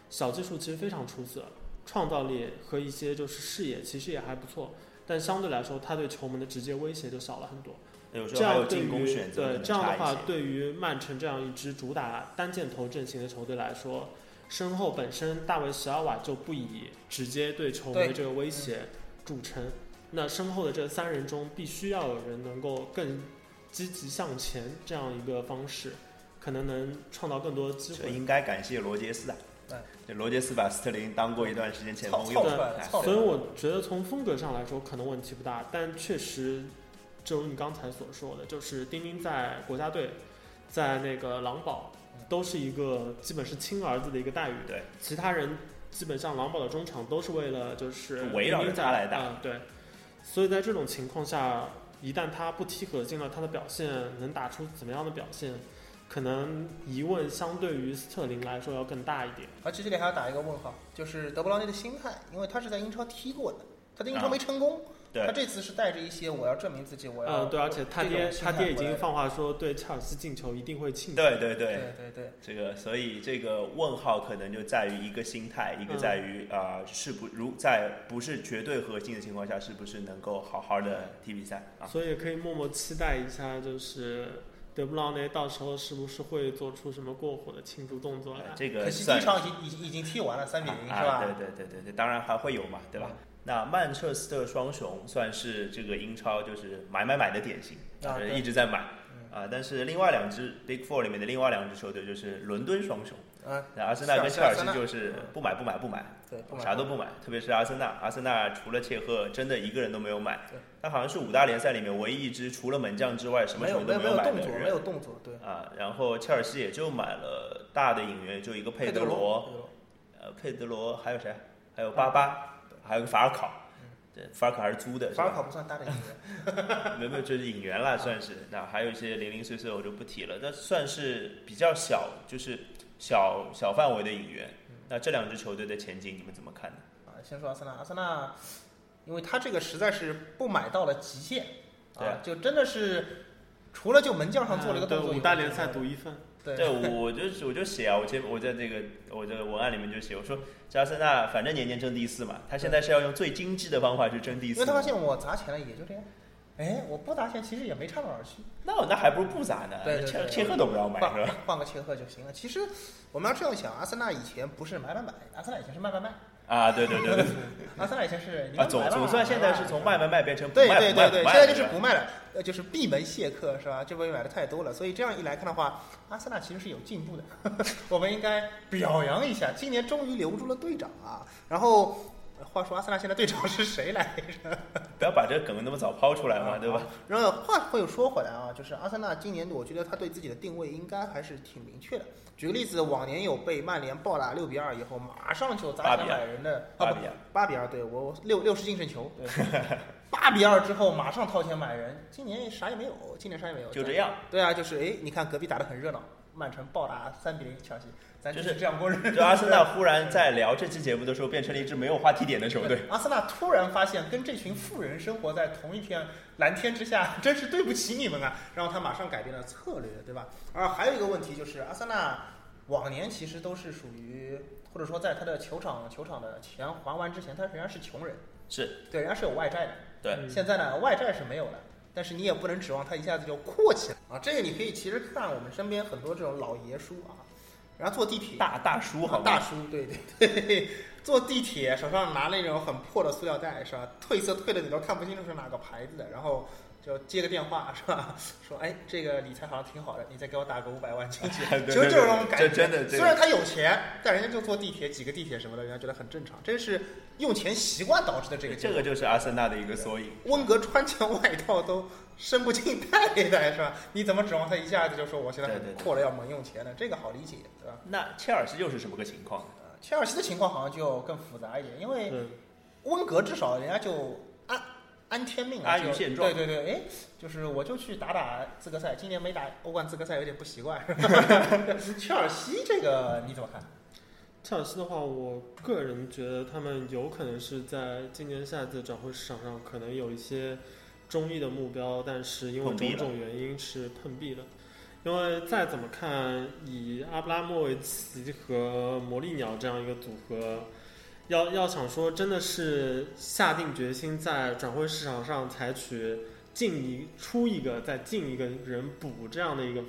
E: 小技术其实非常出色，创造力和一些就是视野其实也还不错，但相对来说他对球门的直接威胁就少了很多。
C: 有时
E: 这
C: 候还有
E: 样对
C: 进攻
E: 于
C: 选择可
E: 对
C: 能
E: 这样
C: 差
E: 的
C: 一
E: 话
C: 些，
E: 对于曼城这样一支主打单箭头阵型的球队来说，身后本身大卫席尔瓦就不以直接对球门的
D: 对
E: 这个威胁著称。那身后的这三人中，必须要有人能够更积极向前这样一个方式，可能能创造更多机
C: 这
E: 会。
C: 应该感谢罗杰斯啊
D: 对。
C: 这罗杰斯把斯特林当过一段时间前锋
D: 嗯凑
C: 用
D: 凑，出来
C: 哎
D: 凑出
E: 所
D: 来
E: 以我觉得从风格上来说可能问题不大，但确实，正如你刚才所说的，就是丁丁在国家队，在那个狼堡
D: 嗯
E: 都是一个基本是亲儿子的一个待遇，
C: 对，
E: 其他人基本上狼堡的中场都是为了就是
C: 就围绕着
E: 丁丁在
C: 他来打
E: 嗯对，所以在这种情况下，一旦他不踢核心了，他的表现能打出怎么样的表现，可能疑问相对于斯特林来说要更大一点。
D: 而且这里还要打一个问号，就是德布劳内的心态，因为他是在英超踢过的，他在英超
C: 啊
D: 没成功，他
C: 对，
D: 这次是带着一些我要证明自己，我要
E: 呃，对，而且他
D: 这
E: 爹
D: 种心
E: 他
D: 态
E: 爹已
D: 回来
E: 经
D: 了
E: 放话说，对切尔西进球一定会庆祝。
C: 对对对，
D: 对对对，
C: 这个，所以这个问号可能就在于一个心态，一个在于
D: 嗯
C: 啊、呃是不如在不是绝对核心的情况下，是不是能够好好的踢比赛啊？
E: 所以也可以默默期待一下，就是德布劳内到时候是不是会做出什么过火的庆祝动作
C: 呃
E: 来？
C: 这个
D: 可惜
C: 算
D: 第一场已经已经已经踢完了三比零、
C: 啊
D: 是吧？嗯
C: 对对对对对，当然还会有嘛，对吧？那曼彻斯特双雄算是这个英超就是买买买的典型，
D: 啊
C: 就是
D: 对
C: 呃一直在买
D: 嗯
C: 啊。但是另外两支 Big Four 里面的另外两支球队就是伦敦双雄，
D: 嗯，
C: 那阿森纳跟切尔西
D: 是啊是啊
C: 就是不买不买不买，
D: 对，不买
C: 啥都不买，特别是阿森纳，阿森纳除了切赫，真的一个人都没有买
D: 对。
C: 他好像是五大联赛里面唯一一支除了门将之外什么
D: 没有
C: 球
D: 没
C: 都
D: 有没
C: 有买
D: 动
C: 的
D: 作，没
C: 人
D: 有动作，对，
C: 啊。然后切尔西也就买了大的引援，就一个佩德罗，
D: 佩德罗，
C: 呃，佩德罗还有谁？还有巴巴，还有个法尔考。对，法尔考还是租的，是
D: 法尔
C: 吧？
D: 考不算大的引援，
C: 没有没有，就是引援啦，算是。那还有一些零零碎碎我就不提了，那算是比较小，就是小小范围的引援。
D: 嗯
C: 那这两支球队的前景你们怎么看呢？
D: 啊，先说阿森纳，阿森纳，因为他这个实在是不买到了极限，
C: 对啊
D: 啊，就真的是除了就门将上做了一
E: 嗯
D: 个
E: 对
D: 动作以外，
E: 五大联赛独一份，
C: 对，
D: 对
C: 我我就是我就写啊，我前我在这个我的文案里面就写，我说加森纳反正年年争第四嘛，他现在是要用最经济的方法去争第
D: 因
C: 四
D: 为他。发现我砸钱了也就这样，哎，我不砸钱其实也没差到哪儿去，
C: 那我那还不如不砸呢，
D: 对对
C: 切
D: 对
C: 切赫都不让买
D: 换
C: 是吧？
D: 换个切赫就行了。其实我们要这样想，阿森纳以前不是买买买，阿森纳以前是卖卖卖，
C: 啊，对对对对，
D: 阿森纳以前是你
C: 啊
D: 们
C: 总
D: 买吧
C: 总算现在是从。卖卖卖变成不
D: 对
C: 卖
D: 对
C: 不卖
D: 对
C: 不
D: 对，
C: 卖
D: 现在
C: 了
D: 就是
C: 吧
D: 不卖了，呃，就是闭门谢客是吧？这波买的太多了，所以这样一来看的话，阿森纳其实是有进步的， 我们应该表扬一下，今年终于留住了队长啊。然后呃话说阿森纳现在队长是谁来着？
C: 不要把这个梗那么早抛出来
D: 啊
C: 嘛，对吧？
D: 然后话会又说回来啊，就是阿森纳今年我觉得他对自己的定位应该还是挺明确的。举个例子，往年有被曼联暴打六比二以后，马上就砸
C: 8
D: 钱
C: 比2
D: 买人的
C: 8
D: 啊
C: 比2
D: 不八比二，对我六六十净胜球， 对， 八比二之后马上掏钱买人，今年啥也没有，今年啥也没有，
C: 就这。样，
D: 对啊，就是哎，你看隔壁打得很热闹，曼城暴打三比零切尔西，咱
C: 就
D: 就是是这样过日子。
C: 就阿森纳忽然在聊这期节目的时候，变成了一支没有话题点的球队。
D: 阿森纳突然发现跟这群富人生活在同一天蓝天之下， 真是对不起你们啊！然后他马上改变了策略，对吧？而还有一个问题就是，阿森纳往年其实都是属于，或者说在他的球场球场的钱还完之前，他仍然是穷人，
C: 是
D: 对， 人家是有外债的。
C: 对，
E: 嗯
D: 现在呢，外债是没有了，但是你也不能指望它一下子就阔起来啊。这个你可以其实看我们身边很多这种老爷叔啊，然后坐地铁
C: 大大叔好吗？
D: 大叔，对对对，坐地铁手上拿那种很破的塑料袋是吧？褪色褪的你都看不清楚是哪个牌子的，然后就接个电话是吧？ 说哎，这个理财好像挺好的，你再给我打个五百万进去
C: 对， 对
D: 其实这种
C: 对
D: 感
C: 这
D: 觉
C: 真的这
D: 虽然他有钱，但人家就坐地铁几个地铁什么的，人家觉得很正常，这是用钱习惯导致的这个
C: 这
D: 结果
C: 个就是阿森纳的一个缩影。
D: 温格穿件外套都伸不进袋来是吧？你怎么指望他一下子就说我现在
C: 对对
D: 很
C: 对
D: 阔了要猛用钱呢？这个好理解，对吧？
C: 那切尔西又是什么个情况呢？
D: 呃切尔西的情况好像就更复杂一点，因为
E: 对，
D: 温格至少人家就安安天命了，
C: 安于
D: 就
C: 现状
D: 对对对，哎，就是我就去打打资格赛，今年没打欧冠资格赛有点不习惯。 切尔西这个你怎么看？
E: 切尔西的话，我个人觉得他们有可能是在今年夏季的转会市场上可能有一些中意的目标，但是因为
C: 碰壁
E: 种
C: 了
E: 种原因是碰壁的。因为再怎么看，以阿布拉莫维奇和魔力鸟这样一个组合，要要想说真的是下定决心在转会市场上采取进一出一个再进一个人补这样的一个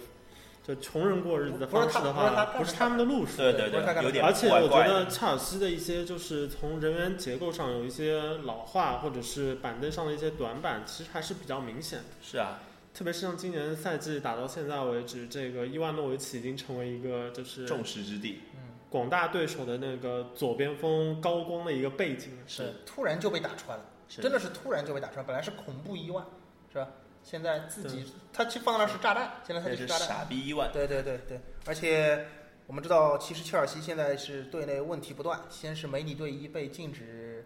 E: 就穷人过日子的
D: 不是
E: 方式
D: 他
E: 的
D: 不是他
E: 话，
D: 他
E: 不是他们的路数。
C: 对对
D: 我大概
C: 对，有点
E: 而且
C: 怪
E: 我觉
C: 怪
E: 得
C: 的。
E: 切尔西的一些就是从人员结构上有一些老化，或者是板凳上的一些短板，其实还是比较明显的。
C: 是啊，
E: 特别是像今年赛季打到现在为止，这个伊万诺维奇已经成为一个就是
C: 众矢之的。
D: 嗯，
E: 广大对手的那个左边锋高光的一个背景。
C: 是
D: 突然就被打穿了，
C: 是
D: 真的是突然就被打穿，本来是恐怖意外，是吧？现在自己
E: 对
D: 他去放那是炸弹，现在他
C: 那
D: 就是炸弹。
C: 傻逼伊万，
D: 对对对对，而且我们知道，其实切尔西现在是队内问题不断，先是梅里队医被禁止，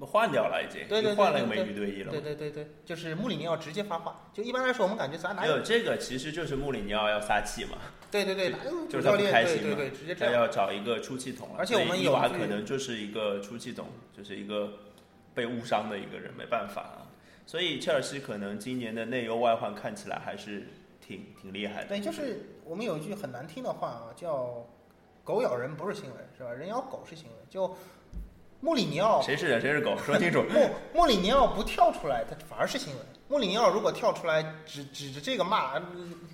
C: 换掉了已经，
D: 对对对
C: 又换了
D: 对
C: 个美
D: 对
C: 女队医了
D: 对
C: 嘛。
D: 对对对，就是穆里尼奥直接发话，就一般来说我们感觉咱哪
C: 还
D: 有
C: 有这个其实就是穆里尼奥要撒气嘛，
D: 对对对
C: 就
D: 哪有
C: 就
D: 主
C: 是他
D: 教
C: 不
D: 练
C: 开
D: 对
C: 心
D: 对
C: 嘛
D: 对直接，这
C: 他
D: 样，
C: 要找一个出气筒了。
D: 而且我们
C: 所以伊
D: 有
C: 娃
D: 句
C: 可能就是一个出气筒，就是一个被误伤的一个人，没办法啊。所以切尔西可能今年的内忧外患看起来还是挺挺厉害的。
D: 对，就是我们有一句很难听的话啊，叫“狗咬人不是行为，是吧？人咬狗是行为。”就穆里尼奥。
C: 谁是人谁是狗，说清楚
D: 穆穆里尼奥不跳出来，他反而是新闻。穆里尼奥如果跳出来指指着这个骂，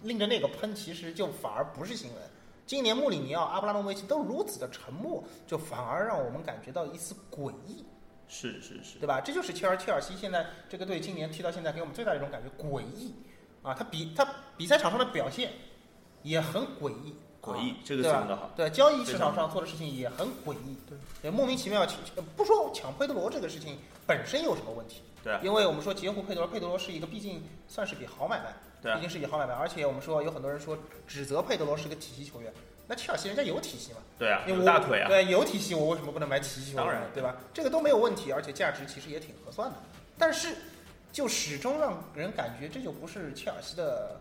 D: 拎着那个喷，其实就反而不是新闻。今年穆里尼奥、阿布拉莫维奇都如此的沉默，就反而让我们感觉到一丝诡异，
C: 是是是，
D: 对吧？这就是切尔切尔西现在这个队今年踢到现在给我们最大的一种感觉，诡异啊！他比他比赛场上的表现也很诡异，
C: 诡
D: 啊
C: 异这个
D: 对
C: 形
D: 吧
C: 容的好。
D: 对，交易市场上做的事情也很诡异，
E: 对，
D: 也莫名其妙抢。呃不说抢佩德罗这个事情本身有什么问题，
C: 对啊
D: 因为我们说截胡佩德罗，佩德罗是一个毕竟算是笔好买卖，
C: 对啊
D: 毕竟是笔好买卖，而且我们说有很多人说指责佩德罗是个体系球员，那切尔西人家有体系嘛，
C: 对啊，
D: 因为
C: 有
D: 我
C: 大腿啊。
D: 对，有体系我为什么不能买体系球员？
C: 当然
D: 对吧？这个都没有问题，而且价值其实也挺合算的，但是就始终让人感觉这就不是切尔西的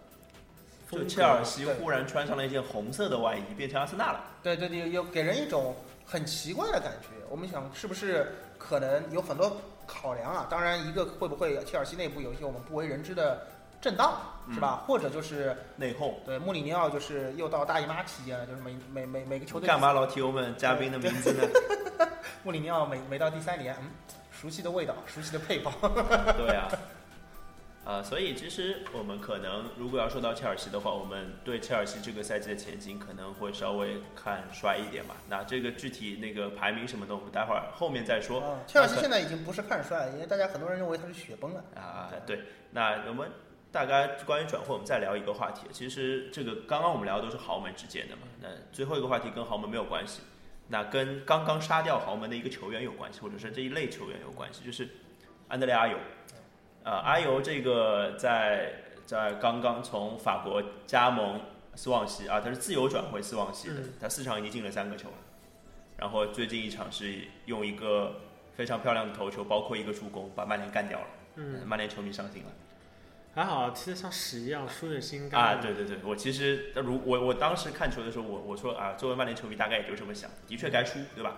C: 就
E: 风
C: 切
E: 格
C: 尔西
D: 对
C: 忽然穿上了一件红色的外衣，变成阿森纳了。
D: 对对对，有给人一种很奇怪的感觉。我们想是不是可能有很多考量啊？当然，一个会不会切尔西内部有一些我们不为人知的震荡，
C: 嗯
D: 是吧？或者就是
C: 内讧。
D: 对穆里尼奥就是又到大姨妈期间了，就是每每每每个球队
C: 干嘛老提我们嘉宾的名字呢？
D: 穆里尼奥每每到第三年，嗯，熟悉的味道，熟悉的配方，
C: 对呀、啊，所以其实我们可能如果要说到切尔西的话，我们对切尔西这个赛季的前景可能会稍微看衰一点吧。那这个具体那个排名什么的，我们待会儿后面再说。
D: 啊切尔西
C: 那可
D: 现在已经不是看衰，因为大家很多人认为他是雪崩了。
C: 啊，对，那我们大概关于转会，我们再聊一个话题。其实这个刚刚我们聊的都是豪门之间的嘛，那最后一个话题跟豪门没有关系，那跟刚刚杀掉豪门的一个球员有关系，或者是这一类球员有关系，就是安德烈阿尤。呃，阿尤这个在在刚刚从法国加盟斯旺西啊，他是自由转会斯旺西的
E: 嗯，
C: 他四场已经进了三个球了，然后最近一场是用一个非常漂亮的头球，包括一个助攻，把曼联干掉了。
E: 嗯，
C: 曼联球迷伤心了
E: 还好踢得像屎一样，输也是应该
C: 啊！
E: 的
C: 对对对，我其实如我我当时看球的时候，我我说啊，作为曼联球迷大概也就这么想，的确该输，对吧？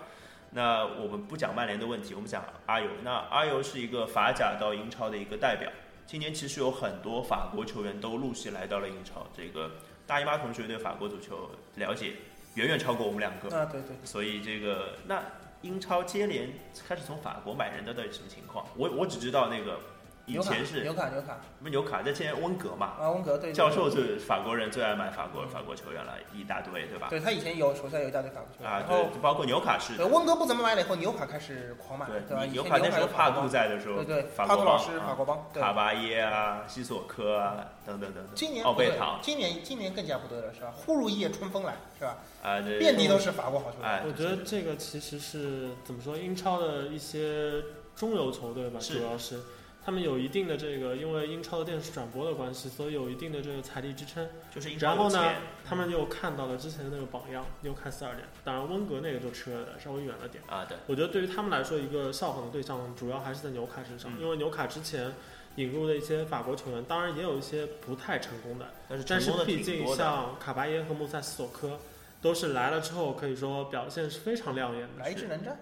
C: 那我们不讲曼联的问题，我们讲阿尤。那阿尤是一个法甲到英超的一个代表。今年其实有很多法国球员都陆续来到了英超。这个大姨妈同学对法国足球了解远远超过我们两
E: 嗯
C: 个，
D: 啊，对对，
C: 所以这个那英超接连开始从法国买人的到底什么情况？我我只知道那个以
D: 纽卡
C: 前是
D: 纽卡纽卡
C: 什么纽卡，但现在温格嘛，
D: 啊，温格对对
C: 教授是法国人最爱买法国法国球员了，一大堆，对吧？
D: 对他以前有手下有一大堆法国球员，
C: 啊，
D: 然后
C: 对，包括纽卡是，
D: 对，温格不怎么买了以后，纽卡开始狂买，对吧？
C: 对，
D: 以前
C: 纽卡那时候
D: 就法
C: 帕
D: 国
C: 杜在的时候，
D: 对对，
C: 法
D: 帕杜
C: 国
D: 老
C: 帮
D: 师
C: 啊
D: 法国帮，对
C: 卡。巴耶啊、西索科啊等等等等，
D: 今年
C: 奥
D: 不对
C: 贝唐
D: 今年今年更加不对了，是吧？忽如一夜春风来，是吧？
C: 啊，对
D: 遍地都是法国好球员。
C: 哎，
E: 我觉得这个其实是怎么说，英超的一些中游球队吧，
C: 是
E: 主要是他们有一定的这个，因为英超的电视转播的关系，所以有一定的这个财力支撑。
C: 就是英
E: 然
C: 超
E: 后
C: 有
E: 呢
C: 钱，
E: 他们又看到了之前的那个榜样，纽卡斯尔联。当然，温格那个就扯得稍微远了点。
C: 啊，对，
E: 我觉得对于他们来说，一个效仿的对象主要还是在纽卡身上，
C: 嗯
E: 因为纽卡之前引入的一些法国球员，当然也有一些不太成功的，
C: 但是
E: 但
C: 成
E: 是
C: 功的
E: 毕
C: 挺
E: 竟
C: 多的。
E: 像卡巴耶和穆塞斯索科都是来了之后，可以说表现是非常亮眼的。
D: 来一支能战。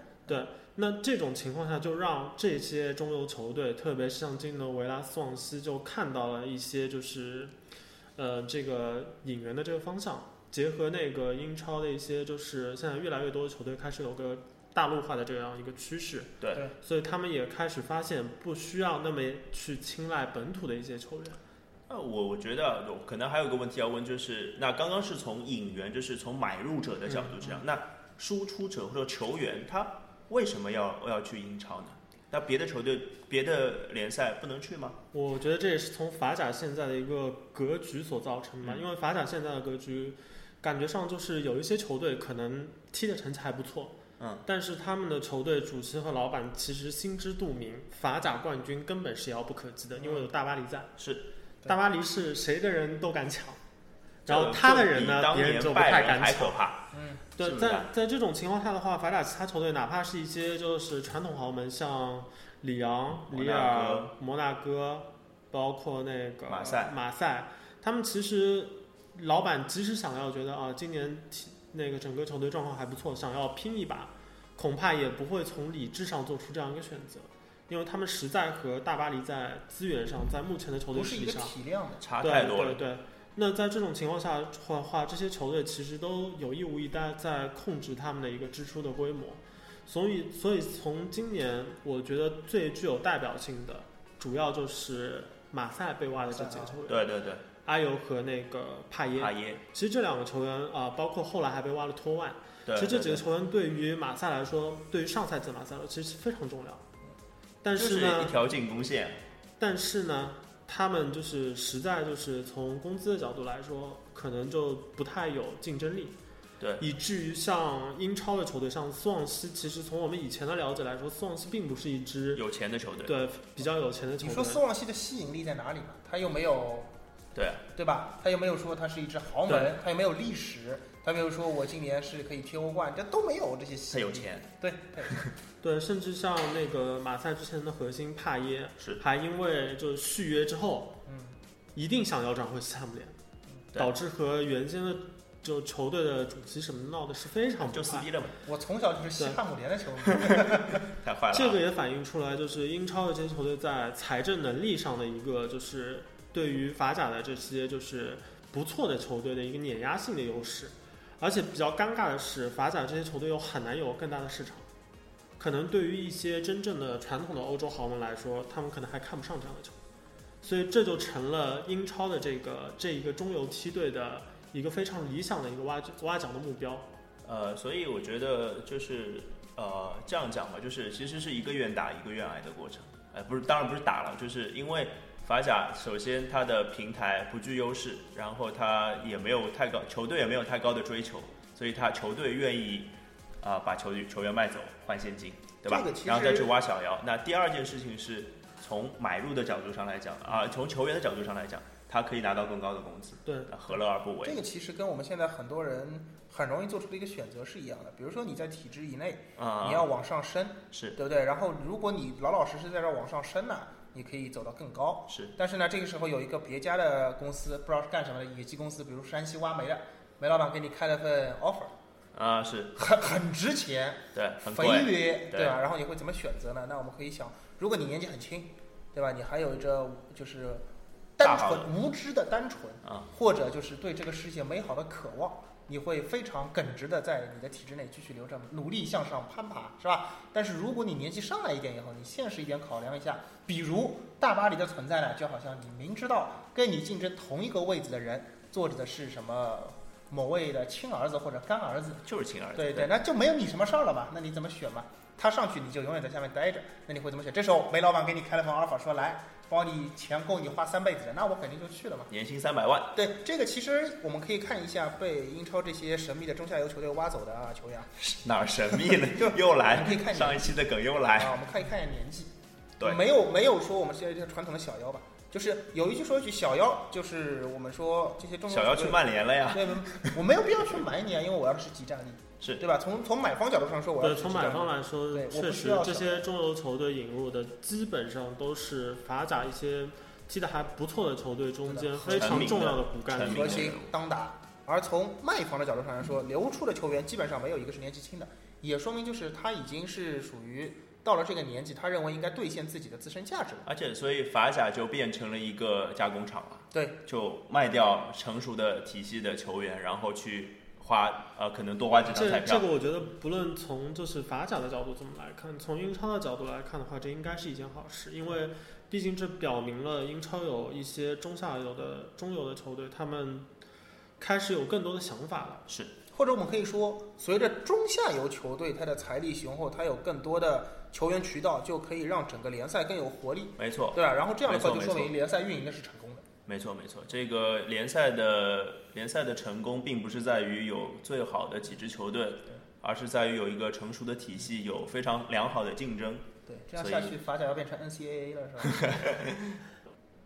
E: 那这种情况下，就让这些中游球队，特别是像今年的维拉斯旺西，就看到了一些就是，呃，这个引援的这个方向，结合那个英超的一些，就是现在越来越多的球队开始有个大陆化的这样一个趋势，
C: 对
D: 对，
E: 所以他们也开始发现不需要那么去青睐本土的一些球员，
C: 呃，我我觉得有可能还有个问题要问，就是那刚刚是从引援，就是从买入者的角度这样，
E: 嗯
C: 那输出者或者球员他为什么要要去英超呢？那别的球队、别的联赛不能去吗？
E: 我觉得这也是从法甲现在的一个格局所造成吧，
C: 嗯
E: 因为法甲现在的格局，感觉上就是有一些球队可能踢的成绩还不错，
C: 嗯，
E: 但是他们的球队主席和老板其实心知肚明，法甲冠军根本是遥不可及
C: 嗯
E: 的，因为有大巴黎在，
C: 是
E: 大巴黎是谁的人都敢抢，然
C: 就
E: 后他的人
C: 就比
E: 呢，
C: 当
E: 别人
C: 年
E: 就不
C: 拜
E: 太
C: 仁
E: 敢
C: 还
E: 抢
C: 可。怕。
D: 嗯，
C: 是
E: 对，
C: 不是
E: 在在这种情况下的话，法甲其他球队，哪怕是一些就是传统豪门，像里昂、
C: 摩纳哥
E: 里尔、摩纳哥，包括那个
C: 马赛
E: 马赛，他们其实老板即使想要觉得啊，今年踢那个整个球队状况还不错，想要拼一把，恐怕也不会从理智上做出这样一个选择，因为他们实在和大巴黎在资源上，在目前的球队
D: 不是
E: 实
D: 一
E: 力
D: 个
E: 上。
D: 体量的。
C: 差
E: 对
C: 太多
E: 对
C: 了。
E: 对，那在这种情况下的话，这些球队其实都有意无意在在控制他们的一个支出的规模，所以所以从今年我觉得最具有代表性的，主要就是马赛被挖的这几个球员，
C: 啊对对对，
E: 阿尤和那个帕耶。
C: 阿耶，
E: 其实这两个球员啊、包括后来还被挖了托万，
C: 对，
E: 其实这
C: 对
E: 几个
C: 对
E: 球员对于马赛来说，对于上赛季的马赛来说，其实非常重要。但
C: 就是
E: 呢，
C: 一条进攻线，
E: 但是呢，他们就是实在就是从工资的角度来说，可能就不太有竞争力，
C: 对，
E: 以至于像英超的球队，像斯旺西，其实从我们以前的了解来说，斯旺西并不是一支
C: 有钱的球队，
E: 对比较有钱的球队。
D: 你说斯旺西的吸引力在哪里嘛？他又没有，
C: 对啊
D: 对吧？他又没有说他是一支豪
E: 对
D: 门，他又没有历史，他没有说我今年是可以踢欧冠，这都没有这些吸
C: 他
D: 引
C: 有
D: 力。
C: 钱，
D: 对，对
E: 对，甚至像那个马赛之前的核心帕耶，
C: 是
E: 还因为就是续约之后，
D: 嗯，
E: 一定想要转会西汉姆联，
C: 对
E: 导致和原先的就球队的主席什么闹的是非常不
C: 就撕
E: 快。
C: 逼了嘛，
D: 我从小就是西汉姆联的球迷。
C: 太坏了啊。
E: 这个也反映出来，就是英超的这些球队在财政能力上的一个，就是对于法甲的这些就是不错的球队的一个碾压性的优势。而且比较尴尬的是，法甲这些球队又很难有更大的市场。可能对于一些真正的传统的欧洲豪门来说，他们可能还看不上这样的球队，所以这就成了英超的这个这一个中游梯队的一个非常理想的一个挖挖角的目标。
C: 呃，所以我觉得就是呃这样讲吧，就是其实是一个愿打一个愿挨的过程。呃，不是，当然不是打了，就是因为法甲首先它的平台不具优势，然后它也没有太高，球队也没有太高的追求，所以他球队愿意啊、把球队球员卖走换现金，对吧
D: 这个其？实
C: 然后再去挖小姚。那第二件事情是从买入的角度上来讲啊、从球员的角度上来讲，他可以拿到更高的工资，
E: 对，
C: 那何乐而不为
D: 这？个其实跟我们现在很多人很容易做出的一个选择是一样的。比如说你在体制以内，
C: 啊、
D: 你要往上升，
C: 是
D: 对不对？然后如果你老老实实在这儿往上升呢、你可以走到更高。
C: 是，
D: 但是呢，这个时候有一个别家的公司，不知道是干什么的野鸡公司，比如山西挖煤的，煤老板给你开了份 offer，
C: 啊、是
D: 很很值钱，
C: 对，很
D: 肥
C: 贵。
D: 约，
C: 对
D: 对吧？然后你会怎么选择呢？那我们可以想，如果你年纪很轻，对吧？你还有着就是
C: 大
D: 单
C: 好
D: 纯
C: 的
D: 无知的单纯，
C: 啊，
D: 或者就是对这个世界美好的渴望，你会非常耿直的在你的体制内继续留着，努力向上攀爬，是吧？但是如果你年纪上来一点以后，你现实一点考量一下，比如大巴黎的存在呢，就好像你明知道跟你竞争同一个位置的人坐着的是什么某位的亲儿子或者干儿子，
C: 就是亲儿子。
D: 对对，，那就没有你什么事儿了嘛，那你怎么选嘛？他上去你就永远在下面待着，那你会怎么选？这时候梅老板给你开了份 offer，说来包你钱够你花三辈子的，那我肯定就去了嘛。
C: 年薪三百万，
D: 对这个，其实我们可以看一下被英超这些神秘的中下游球队挖走的啊球员啊，
C: 哪儿神秘了？又
D: 你
C: 来，
D: 可以看一下
C: 上一期的梗又
D: 啊，
C: 来。
D: 我们可以看一下年纪。
C: 哎对
D: 没有没有说我们现在这些传统的小妖吧，就是有一句说一句小妖，就是我们说这些中国
C: 小妖
D: 球
C: 去
D: 队
C: 曼联了呀，
D: 对，我没有必要去买你啊，因为我要的是集战力，
C: 是
D: 对吧？从从买方角度上说，我要
E: 对，
D: 的是
E: 从
D: 集战
E: 买
D: 力
E: 方来说
D: 对，我
E: 确
D: 不需
E: 实
D: 要
E: 这
D: 小
E: 些中游球队引入的基本上都是法甲一些踢得还不错的球队中
D: 是的
E: 间非常重要的骨干
C: 成
E: 力
C: 名
E: 量
D: 核
C: 的
D: 心当打。而从卖方的角度上来说，流出的球员基本上没有一个是年纪轻的，也说明就是他已经是属于到了这个年纪，他认为应该兑现自己的自身价值了。
C: 而且所以法甲就变成了一个加工厂了，
D: 对，
C: 就卖掉成熟的体系的球员，然后去花呃可能多花几张彩
E: 这这
C: 票
E: 个，我觉得，不论从就是法甲的角度怎么来看，从英超的角度来看的话，这应该是一件好事，因为毕竟这表明了英超有一些中下游的中游的球队，他们开始有更多的想法了。
C: 是
D: 或者我们可以说，随着中下游球队他的财力雄厚，他有更多的球员渠道，就可以让整个联赛更有活力，
C: 没错。
D: 对吧？啊然后这样的话，
C: 哦没
D: 就
C: 错
D: 说
C: 没
D: 明联赛运营的是成功的。
C: 没错，没错，这个联赛的联赛的成功，并不是在于有最好的几支球队，而是在于有一个成熟的体系，有非常良好的竞争。
D: 对，这样
C: 所
D: 下
C: 以
D: 去，法甲要变成 NCAA 了，
C: 嗯
D: 是吧？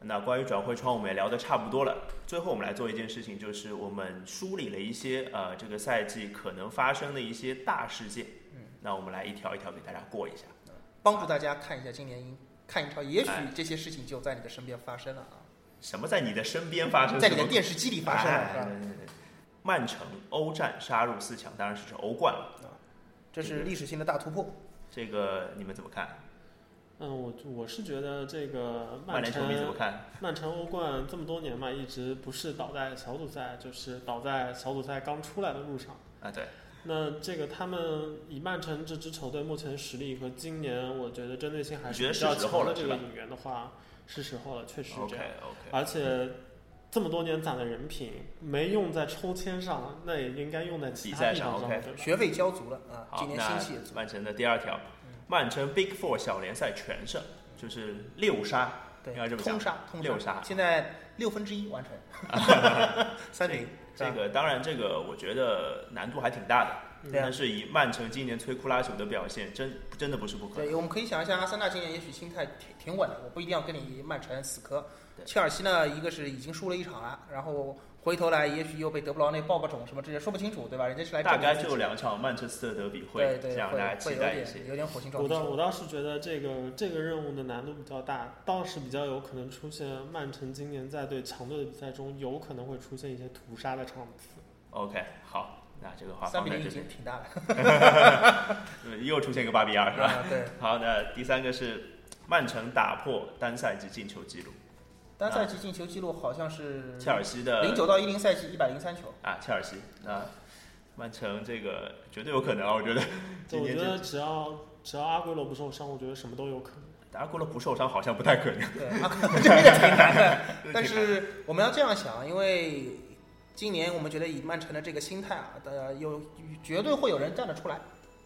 C: 那关于转会窗，我们也聊得差不多了。最后，我们来做一件事情，就是我们梳理了一些呃这个赛季可能发生的一些大事件。
D: 嗯，
C: 那我们来一条一条给大家过一下。
D: 帮助大家看一下今年英看英超，也许
C: 哎
D: 这些事情就在你的身边发生了啊，
C: 什么在你的身边发生？
D: 在你的电视机里发生了，是
C: 哎
D: 吧
C: 对？对对对曼城欧战杀入四强，当然是指欧冠了。
D: 这是历史性的大突破。
C: 这个你们怎么看？
E: 嗯，我我是觉得这个
C: 曼
E: 曼
C: 联球迷怎么
E: 城
C: 看？
E: 曼城欧冠这么多年嘛，一直不是倒在小组赛，就是倒在小组赛刚出来的路上。
C: 啊，对，
E: 那这个他们以曼城这支球队目前的实力和今年我觉得针对性还
C: 你觉
E: 是
C: 得
E: 比
C: 是
E: 较
C: 时候
E: 强
C: 了
E: 的这
C: 是
E: 个
C: 吧
E: 引援的话，是时候了，确实是这
C: OK
E: 样。
C: OK，
E: 而且这么多年攒的人品没用在抽签上，那也应该用在其
C: 比
E: 他
C: 赛
E: 地
C: 上
E: 方上
C: ，OK
E: 了对吧
D: 学费交足了啊，
C: 好
D: 今，年
C: 那
D: 新起也足。
C: 曼城的第二条，曼城 Big Four 小联赛全胜，就是六杀，
D: 对
C: 应该这，么讲
D: 通杀，通
C: 六杀
D: 现在六分之一完成， 三比零。是
C: 这
D: 吧
C: 个当然，这个我觉得难度还挺大的，
D: 对啊
C: 但是以曼城今年摧枯拉朽的表现，真真的不是不可能。
D: 对，我们可以想一下，阿森纳今年也许心态挺挺稳的，我不一定要跟你曼城死磕
C: 对。
D: 切尔西呢，一个是已经输了一场了，然后回头来也许又被德布劳内爆个种什么这些说不清楚，对吧？人家是来
C: 大
D: 证明
C: 概
D: 自己
C: 就两场曼彻斯特德比
D: 对
C: 会这
D: 对
C: 样，
D: 会
C: 大家
D: 会
C: 期
D: 有
C: 待一
D: 点
C: 些。
D: 有点火星撞
E: 我
D: 地
E: 倒
D: 球。
E: 我倒是觉得这个这个任务的难度比较大，倒是比较有可能出现曼城今年在对强队的比赛中有可能会出现一些屠杀的场次。
C: OK，好，那这个话
D: 三
C: 放
D: 比
C: 在
D: 零
C: 这
D: 已
C: 边
D: 经，挺大了，
C: 对又出现一个八比二是吧？
D: 啊， 对。
C: 好，那第三个是曼城打破单赛季进球纪录，
D: 单赛季进球记录好像是
C: 啊切尔西的
D: 嗯零九到一零赛季一百零三球，
C: 啊，切尔西啊，曼城这个绝对有可能啊，我觉得
E: 就
C: 今
E: 我
C: 年
E: 觉
C: 这
E: 得只要只要阿圭罗不受伤，我觉得什么都有可能。
C: 达阿圭罗不受伤好像不太可能。
D: 对，啊，这个挺难的。但是我们要这样想，啊因为今年我们觉得以曼城的这个心态啊，呃，有绝对会有人站得出来。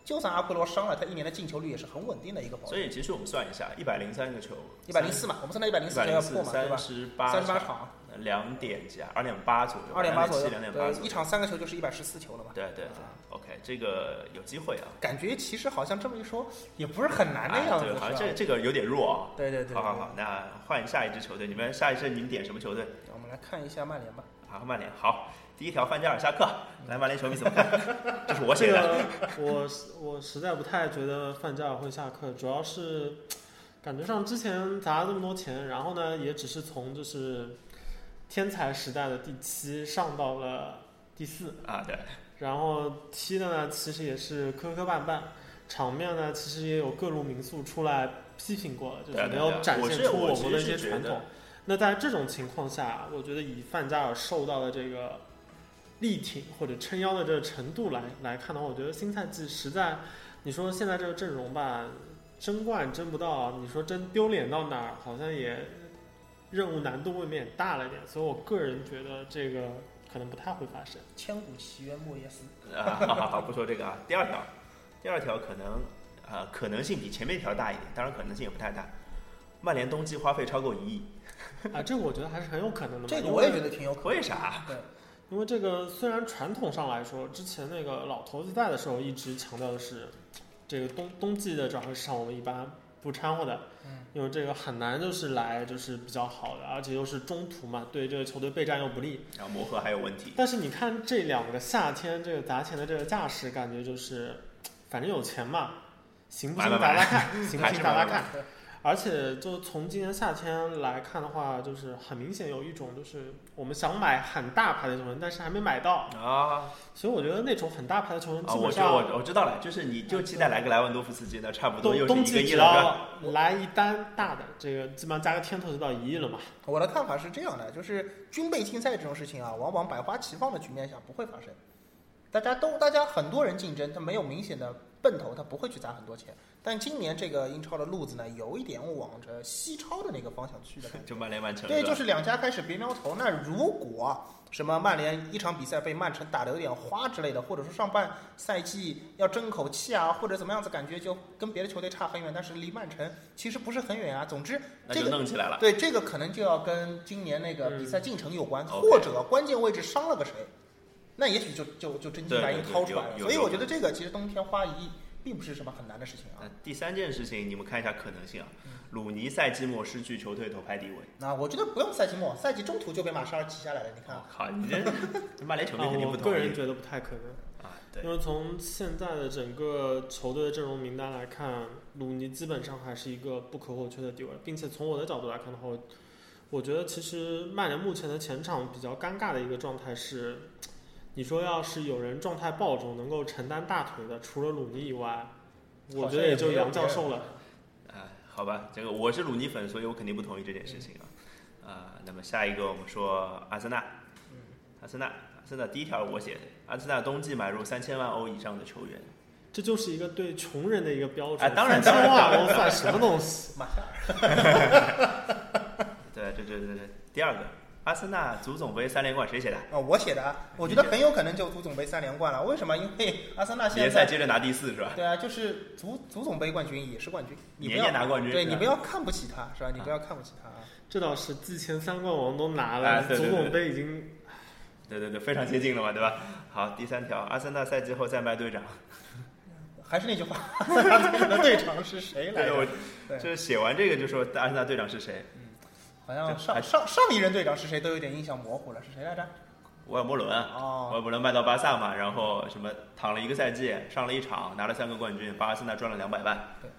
D: 就算阿奎罗伤了，他一年的进球率也是很稳定的一个保
C: 所
D: 证，
C: 以其实我们算一下，一百零三个球，
D: 一百零四嘛，我们现在一百零
C: 一
D: 四
C: 百
D: 就要
C: 零四
D: 破嘛，对
C: 三
D: 吧？
C: 十八
D: 三十八，场，
C: 两点加二点八左右，
D: 二点八左右，
C: 两点八
D: 对，一场三个球就是一百十四球了嘛。
C: 对对对，OK，这个有机会啊。
D: 感觉其实好像这么一说，也不是很难的
C: 哎
D: 样子，
C: 对，好像
D: 是
C: 这
D: 吧？
C: 这个有点弱啊。
D: 对对对，
C: 好好
D: 对
C: 好，那换下一支球队，你们下一支你们点什么球队？
D: 我们来看一下曼联吧。
C: 啊，曼联。好，第一条范加尔下课，来曼联球迷怎么看？ 这是我写的。
E: 这个我实我实在不太觉得范加尔会下课，主要是感觉上之前砸了这么多钱，然后呢，也只是从就是天才时代的第七上到了第四，
C: 啊，对，
E: 然后踢的呢其实也是磕磕绊绊，场面呢其实也有各路民宿出来批评过了，就
C: 对啊
E: 是没
C: 对啊
E: 有展
C: 我
E: 现
C: 是
E: 出
C: 我其
E: 们的一
C: 实
E: 些
C: 是觉
E: 传
C: 得
E: 统。那在这种情况下，我觉得以范加尔受到的这个力挺或者撑腰的这个程度来来看的话，我觉得新赛季实在，你说现在这个阵容吧，争冠争不到，你说真丢脸到哪儿，好像也任务难度未免也大了一点，所以我个人觉得这个可能不太会发生。
D: 千古奇冤莫耶斯，
C: 啊，好好好，不说这个啊。第二条，第二条可能呃可能性比前面一条大一点，当然可能性也不太大。曼联冬季花费超过一亿，
E: 啊，这个我觉得还是很有可能的嘛。
D: 这个
E: 因
D: 我也
E: 为
D: 觉得挺有可能。
C: 为啥？
D: 对，
E: 因为这个虽然传统上来说，之前那个老头子在的时候一直强调的是，这个冬冬季的转会市场我们一般不掺和的，
D: 嗯
E: 因为这个很难就是来就是比较好的，而且又是中途嘛，对这个球队备战又不利，
C: 然后磨合还有问题。
E: 但是你看这两个夏天这个砸钱的这个架势，感觉就是，反正有钱嘛，行不行
C: 买
E: 打
C: 买
E: 打
C: 买
E: 看， 行不
C: 还
E: 行
C: 是
E: 打
C: 买
E: 打
C: 买
E: 看。而且就从今年夏天来看的话，就是很明显有一种就是我们想买很大牌的球员，但是还没买到，
C: 啊
E: 所以我觉得那种很大牌的球员
C: 啊！
E: 基
C: 我
E: 本
C: 知道
E: 上
C: 我我知道了，就是你就期待来个莱万多夫斯基，那差不多
E: 冬
C: 又
E: 冬
C: 是一
E: 季啊
C: 个亿
E: 只
C: 了，是吧？
E: 要来一单大的，这个基本上加个天头就到一亿了嘛。
D: 我的看法是这样的，就是军备竞赛这种事情啊，往往百花齐放的局面下不会发生。大家都，大家很多人竞争，他没有明显的奔头，他不会去砸很多钱。但今年这个英超的路子呢，有一点往着西超的那个方向去的 感觉。
C: 就曼联曼城
D: 对，
C: 吧
D: 就是两家开始别苗头。那如果什么曼联一场比赛被曼城打得有点花之类的，或者说上半赛季要争口气啊，或者怎么样子，感觉就跟别的球队差很远，但是离曼城其实不是很远啊。总之，
C: 那
D: 这
C: 就
D: 个
C: 弄起来了。
D: 对，这个可能就要跟今年那个比赛进程有关，
C: OK
D: 或者关键位置伤了个谁，那也许就就就真金白银
C: 对对对
D: 掏出来了。
C: 有有
D: 所以我
C: 有
D: 觉得这个其实冬天花一亿并不是什么很难的事情啊
C: 那。第三件事情，你们看一下可能性啊。鲁尼赛季末失去球队头牌地位，
D: 那我觉得不用赛季末，赛季中途就被马沙尔骑下来了。你看
C: 我，靠，你这这曼联球迷
E: 啊，
C: 肯定
E: 我
C: 不同
E: 个人
C: 意
E: 觉得不太可能。
C: 啊。对
E: 因，为从现在的整个球队的阵容名单来看，鲁尼基本上还是一个不可或缺的地位，并且从我的角度来看的话，我我觉得其实曼联目前的前场比较尴尬的一个状态是，你说要是有人状态爆种能够承担大腿的，除了鲁尼以外，我觉得也就杨教授了。
C: 啊，好吧，这个我是鲁尼粉，所以我肯定不同意这件事情啊。啊、那么下一个我们说阿森纳，阿森纳，阿森纳第一条我写的，阿森纳冬季买入三千万欧以上的球员，
E: 这就是一个对穷人的一个标准，
C: 哎当然
E: 三千
C: 当然
E: 万欧算什么东西？
D: 马夏尔，
C: 对对对对对。第二个，阿森纳足总杯三连冠谁写的？
D: 啊，我写的啊，我觉得很有可能就足总杯三连冠了。为什么？因为阿森纳现
C: 联赛
D: 在
C: 接着拿第四是吧？
D: 对啊，就是足足总杯冠军也是冠军，你不
C: 年
D: 要
C: 年拿冠军，
D: 对
C: 是吧
D: 你不要看不起他，是吧？你
C: 啊
D: 不要看不起他啊。
E: 这倒是，季前三冠王都拿
C: 哎
E: 了，
C: 对对
E: 足
C: 对
E: 总杯已经
C: 对对对，非常接近了嘛，对吧？好，第三条，阿森纳赛季后再卖队长。
D: 还是那句话，阿森纳队的队长是谁来
C: 对，
D: 着？
C: 我
D: 对
C: 就是写完这个就说阿森纳队长是谁，
D: 好像
C: 还
D: 上上上一任队长是谁都有点印象模糊了，是谁来着？
C: 沃尔莫伦啊。
D: 哦，
C: 我也不能卖到巴萨嘛，然后什么躺了一个赛季，上了一场，拿了三个冠军，巴萨现在赚了两百万
D: 对，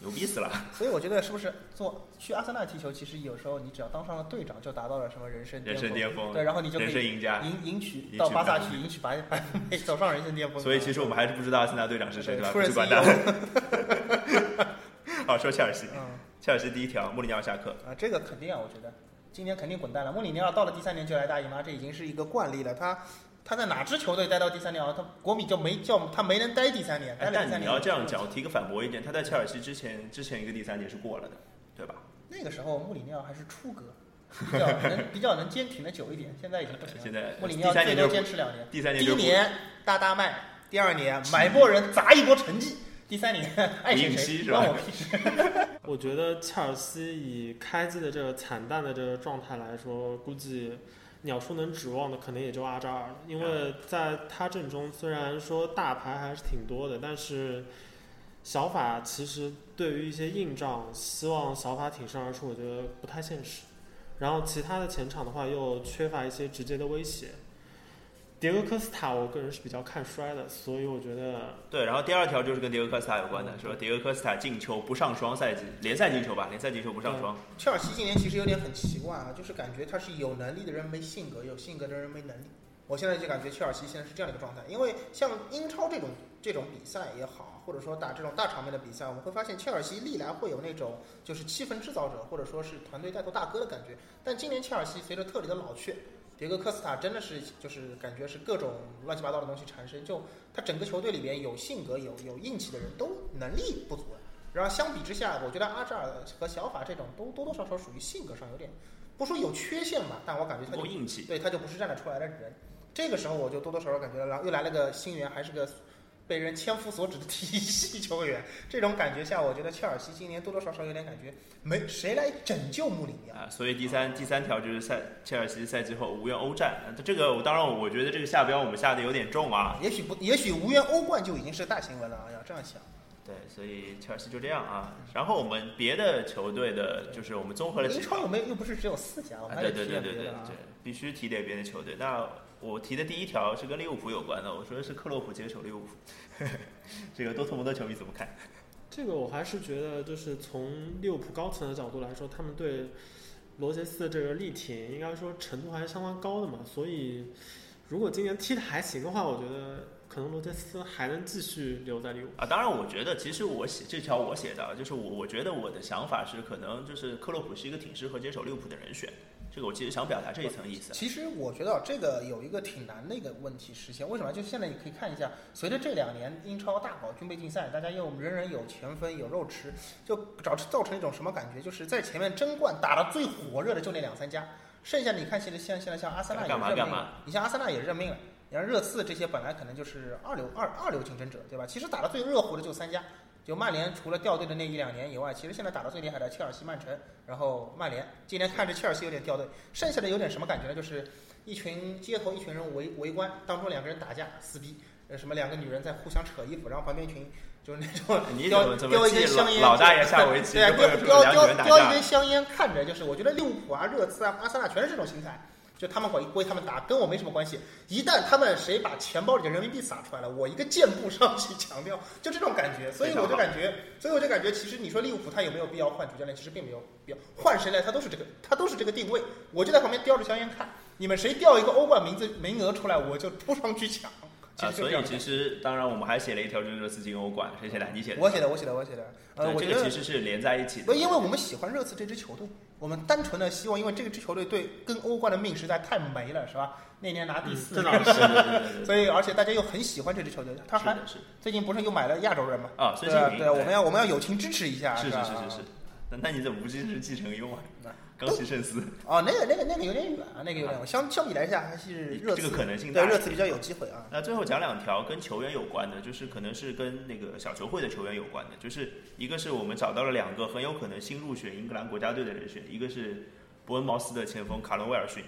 C: 牛逼死了！
D: 所以我觉得是不是做去阿森纳踢球，其实有时候你只要当上了队长，就达到了什么人生
C: 人生巅峰，
D: 对，然后你就可
C: 人生
D: 以
C: 赢家。
D: 迎迎娶
C: 迎
D: 到
C: 娶
D: 巴萨
C: 白
D: 去迎 娶白白富美，走上人生巅峰。
C: 所以其实我们还是不知道阿森纳队长是谁，
D: 对
C: 吧？
D: 出
C: 不
D: 人
C: 去管
D: 意
C: 他
D: 料。
C: 好，说切尔西，
D: 嗯
C: 切尔西第一条，穆里尼奥下课。
D: 啊，这个肯定啊，我觉得今年肯定滚蛋了。穆里尼奥到了第三年就来大姨妈，这已经是一个惯例了。他他在哪支球队待到第三年啊？他国米就没叫他没能待第三年，待
C: 哎，
D: 了第三
C: 但
D: 年。
C: 你要这样讲，我提个反驳意见，他在切尔西之前之前一个第三年是过了的，对吧？
D: 那个时候穆里尼奥还是初哥，比较能比较能坚挺的久一点，现在已经不行
C: 现
D: 了。
C: 在
D: 穆里尼
C: 第
D: 奥
C: 三
D: 最
C: 年
D: 多
C: 就
D: 坚
C: 是
D: 持两年，
C: 第三年
D: 第一
C: 就
D: 年大大卖，第二年买一波人砸一波成绩，第三年爱谁
C: 不应期
D: 谁，
C: 是吧
D: 关我屁事。
E: 我觉得切尔西以开季的这个惨淡的这个状态来说，估计鸟叔能指望的可能也就阿扎尔了，因为在他阵中虽然说大牌还是挺多的，但是小法其实对于一些硬仗，希望小法挺身而出，我觉得不太现实。然后其他的前场的话，又缺乏一些直接的威胁。迭戈科斯塔，我个人是比较看衰的，所以我觉得
C: 对，然后第二条就是跟迭戈科斯塔有关的，说迭戈科斯塔进球不上双赛季，联赛进球吧，联赛进球不上
E: 对
C: 双，
D: 切尔西今年其实有点很奇怪啊，就是感觉他是有能力的人没性格，有性格的人没能力。我现在就感觉切尔西现在是这样的一个状态，因为像英超这种这种比赛也好，或者说打这种大场面的比赛，我们会发现切尔西历来会有那种就是气氛制造者或者说是团队带头大哥的感觉。但今年切尔西随着特里的老去，迭戈科斯塔真的是就是感觉是各种乱七八糟的东西缠身，就他整个球队里边有性格、有有硬气的人都能力不足。然后相比之下，我觉得阿扎尔和小法这种都多多少少属于性格上有点，不说有缺陷吧，但我感觉
C: 不
D: 他就
C: 够硬气。
D: 对他就不是站得出来的人。这个时候我就多多少少感觉到，然后又来了个新援，还是个被人千夫所指的 体系球员。这种感觉下，我觉得切尔西今年多多少少有点感觉没谁来拯救穆里尼奥。
C: 啊，所以第三第三条就是赛切尔西赛季后无缘欧战，呃这个我当然我觉得这个下标我们下的有点重啊，
D: 也许不，也许无缘欧冠就已经是大新闻了啊！要这样想，
C: 对，所以切尔西就这样啊。然后我们别的球队的，就是我们综合了几
D: 英
C: 个
D: 超我们又不是只有四家，我
C: 啊
D: 们，还
C: 对
D: 得
C: 对
D: 哦
C: 对
D: 提点
C: 对
D: 别
C: 对对
D: 的啊。，
C: 必须提点别的球队。那我提的第一条是跟利物浦有关的，我说的是克洛普接手利物浦， 这个多特蒙德球迷怎么看？
E: 这个我还是觉得，就是从利物浦高层的角度来说，他们对罗杰斯的这个力挺，应该说程度还是相当高的嘛。所以，如果今年踢的还行的话，我觉得可能罗杰斯还能继续留在利物浦。
C: 啊，当然，我觉得其实我写这条我写的啊，就是我我觉得我的想法是，可能就是克洛普是一个挺适合接手利物浦的人选，这个我其实想表达这一层意思。
D: 其实我觉得啊这个有一个挺难的一个问题实现，为什么？就现在你可以看一下，随着这两年英超大搞军备竞赛，大家又人人有前锋有肉吃，就造造成一种什么感觉？就是在前面争冠打得最火热的就那两三家，剩下你看现在像现在像阿森纳也
C: 干嘛
D: 认命
C: 干嘛
D: 了，你像阿森纳也认命了。你像热刺这些本来可能就是二流二二流竞争者，对吧？其实打得最热乎的就三家，就曼联除了掉队的那一两年以外，其实现在打得最厉害的切尔西、曼城，然后曼联。今年看着切尔西有点掉队，剩下的有点什么感觉呢？就是一群街头一群人围围观，当中两个人打架撕逼，呃，什么两个女人在互相扯衣服，然后旁边一群就是那种
C: 你怎
D: 叼
C: 么怎么
D: 叼一
C: 记
D: 根香烟，
C: 老老大爷下围棋，
D: 对啊，
C: 会有什
D: 叼
C: 么两女
D: 叼
C: 人打
D: 叼一
C: 架
D: 根？香烟，看着就是，我觉得利物浦啊、热刺啊、阿森纳全是这种心态。就他们管归他们打，跟我没什么关系。一旦他们谁把钱包里的人民币撒出来了，我一个箭步上去抢掉，就这种感觉。所以我就感觉，所以我就感觉，其实你说利物浦他有没有必要换主教练？其实并没有必要，换谁来他都是这个，他都是这个定位。我就在旁边叼着香烟看，你们谁掉一个欧冠名字名额出来，我就扑上去抢。其
C: 啊，
D: 实就
C: 所
D: 这样
C: 以
D: 的
C: 其实当然我们还写了一条就是热刺进欧冠，谁写的？你写的？
D: 我写的，我写的，我写的。呃，
C: 对，
D: 我
C: 这
D: 觉
C: 个
D: 得
C: 其实是连在一起
D: 不，
C: 的。
D: 因 为我们喜欢热刺这支球队，我们单纯的希望，因为这个支球队对跟欧冠的命实在太没了，是吧？那年
C: 嗯
D: 拿第
E: 嗯
D: 四，
E: 这 倒是。
C: 对对对对对，
D: 所以而且大家又很喜欢这支球队，他
C: 是
D: 还
C: 的是的
D: 最近不是又买了亚洲人嘛？
C: 啊，孙
D: 对
C: 兴
D: 啊
C: 民，
D: 对啊，我们要我们要友情支持一下，
C: 是是
D: 吧？
C: 是是是。那那你怎么不支持继承优啊？
D: 那
C: 冈崎慎司，
D: 哦，那个那个那个有点远啊，那个有点远。相相比来下，还是热刺
C: 这个可能性大
D: 对
C: 一些
D: 热刺比较有机会啊。
C: 那最后讲两条跟球员有关的，就是可能是跟那个小球会的球员有关的，就是一个是我们找到了两个很有可能新入选英格兰国家队的人选，一个是伯恩茅斯的前锋卡伦威尔逊，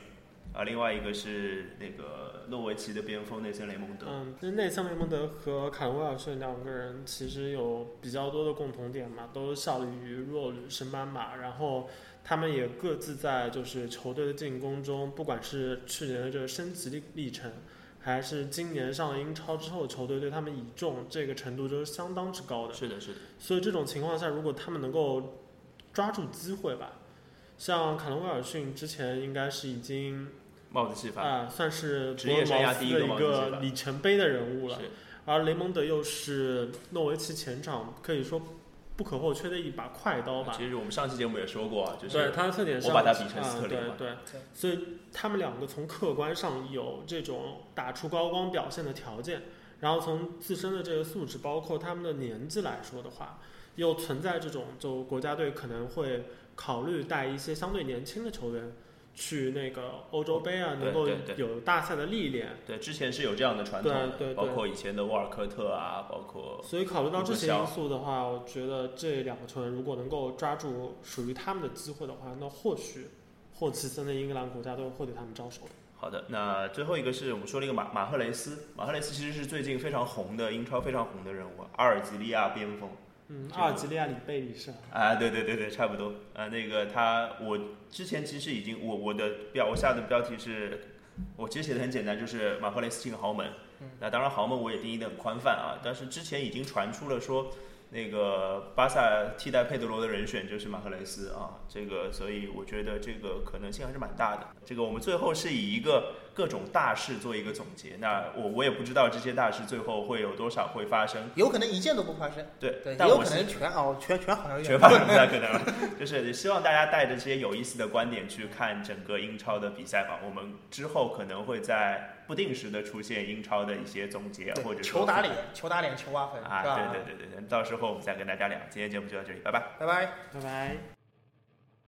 C: 啊，另外一个是那个诺维奇的边锋内森雷蒙德。
E: 嗯，就是内森·雷蒙德和卡罗威尔逊两个人其实有比较多的共同点嘛，都效力于弱旅升班马，然后他们也各自在就是球队的进攻中，不管是去年的这个升级历历程，还是今年上了英超之后，球队对他们倚重这个程度都是相当之高的。
C: 是的，是的，
E: 所以这种情况下，如果他们能够抓住机会吧，像卡伦威尔逊之前应该是已经
C: 帽子戏法。
E: 啊、算是
C: 职业生涯第一个
E: 伯恩茅斯的
C: 王
E: 一个
C: 子吧
E: 里程碑的人物了。
C: 是，
E: 而雷蒙德又是诺维奇前场可以说不可或缺的一把快刀吧。
C: 其实我们上期节目也说过啊，就
E: 对
C: 是
E: 他的特点是，
C: 我把他比成斯特林
E: 啊
C: 嘛
E: 对对
D: 对，
E: 所以他们两个从客观上有这种打出高光表现的条件，然后从自身的这个素质，包括他们的年纪来说的话，又存在这种就国家队可能会考虑带一些相对年轻的球员去那个欧洲杯啊，
C: 对
E: 能够
C: 对对
E: 有大赛的历练。
C: 对之前是有这样的传统的，
E: 对对对
C: 包括以前的沃尔科特啊，包括
E: 所以考虑到这些因素的话，我觉得这两个球员如果能够抓住属于他们的机会的话，那或许霍奇森的英格兰国家队会对他们招手。
C: 好的，那最后一个是我们说了一个马马赫雷斯，马赫雷斯其实是最近非常红的英超非常红的人物，阿尔及利亚边锋。
E: 嗯，
C: 这个
E: 阿尔及利亚里贝里是吧
C: 啊，对对对对，差不多。啊，那个他，我之前其实已经，我我的标，我下的标题是，我其实写的很简单，就是马赫雷斯进豪门。
D: 嗯
C: 那当然豪门我也定义的很宽泛啊，但是之前已经传出了说，那个巴萨替代佩德罗的人选就是马赫雷斯啊，这个所以我觉得这个可能性还是蛮大的。这个我们最后是以一个各种大事做一个总结，那我我也不知道这些大事最后会有多少会发生，
D: 有可能一件都不发生，
C: 对，
D: 对，也
C: 但
D: 有
C: 我
D: 可
C: 是
D: 能全哦全全好像有
C: 全
D: 点
C: 法不太可能了。就是希望大家带着这些有意思的观点去看整个英超的比赛吧。我们之后可能会在不定时的出现英超的一些总结或
D: 对
C: 者
D: 球
C: 说
D: 打脸，球打脸，球挖坟，
C: 啊，
D: 是吧？
C: 对对对对对，到时候我们再跟大家聊。今天节目就到这里，拜拜。
D: 拜拜。
E: 拜拜。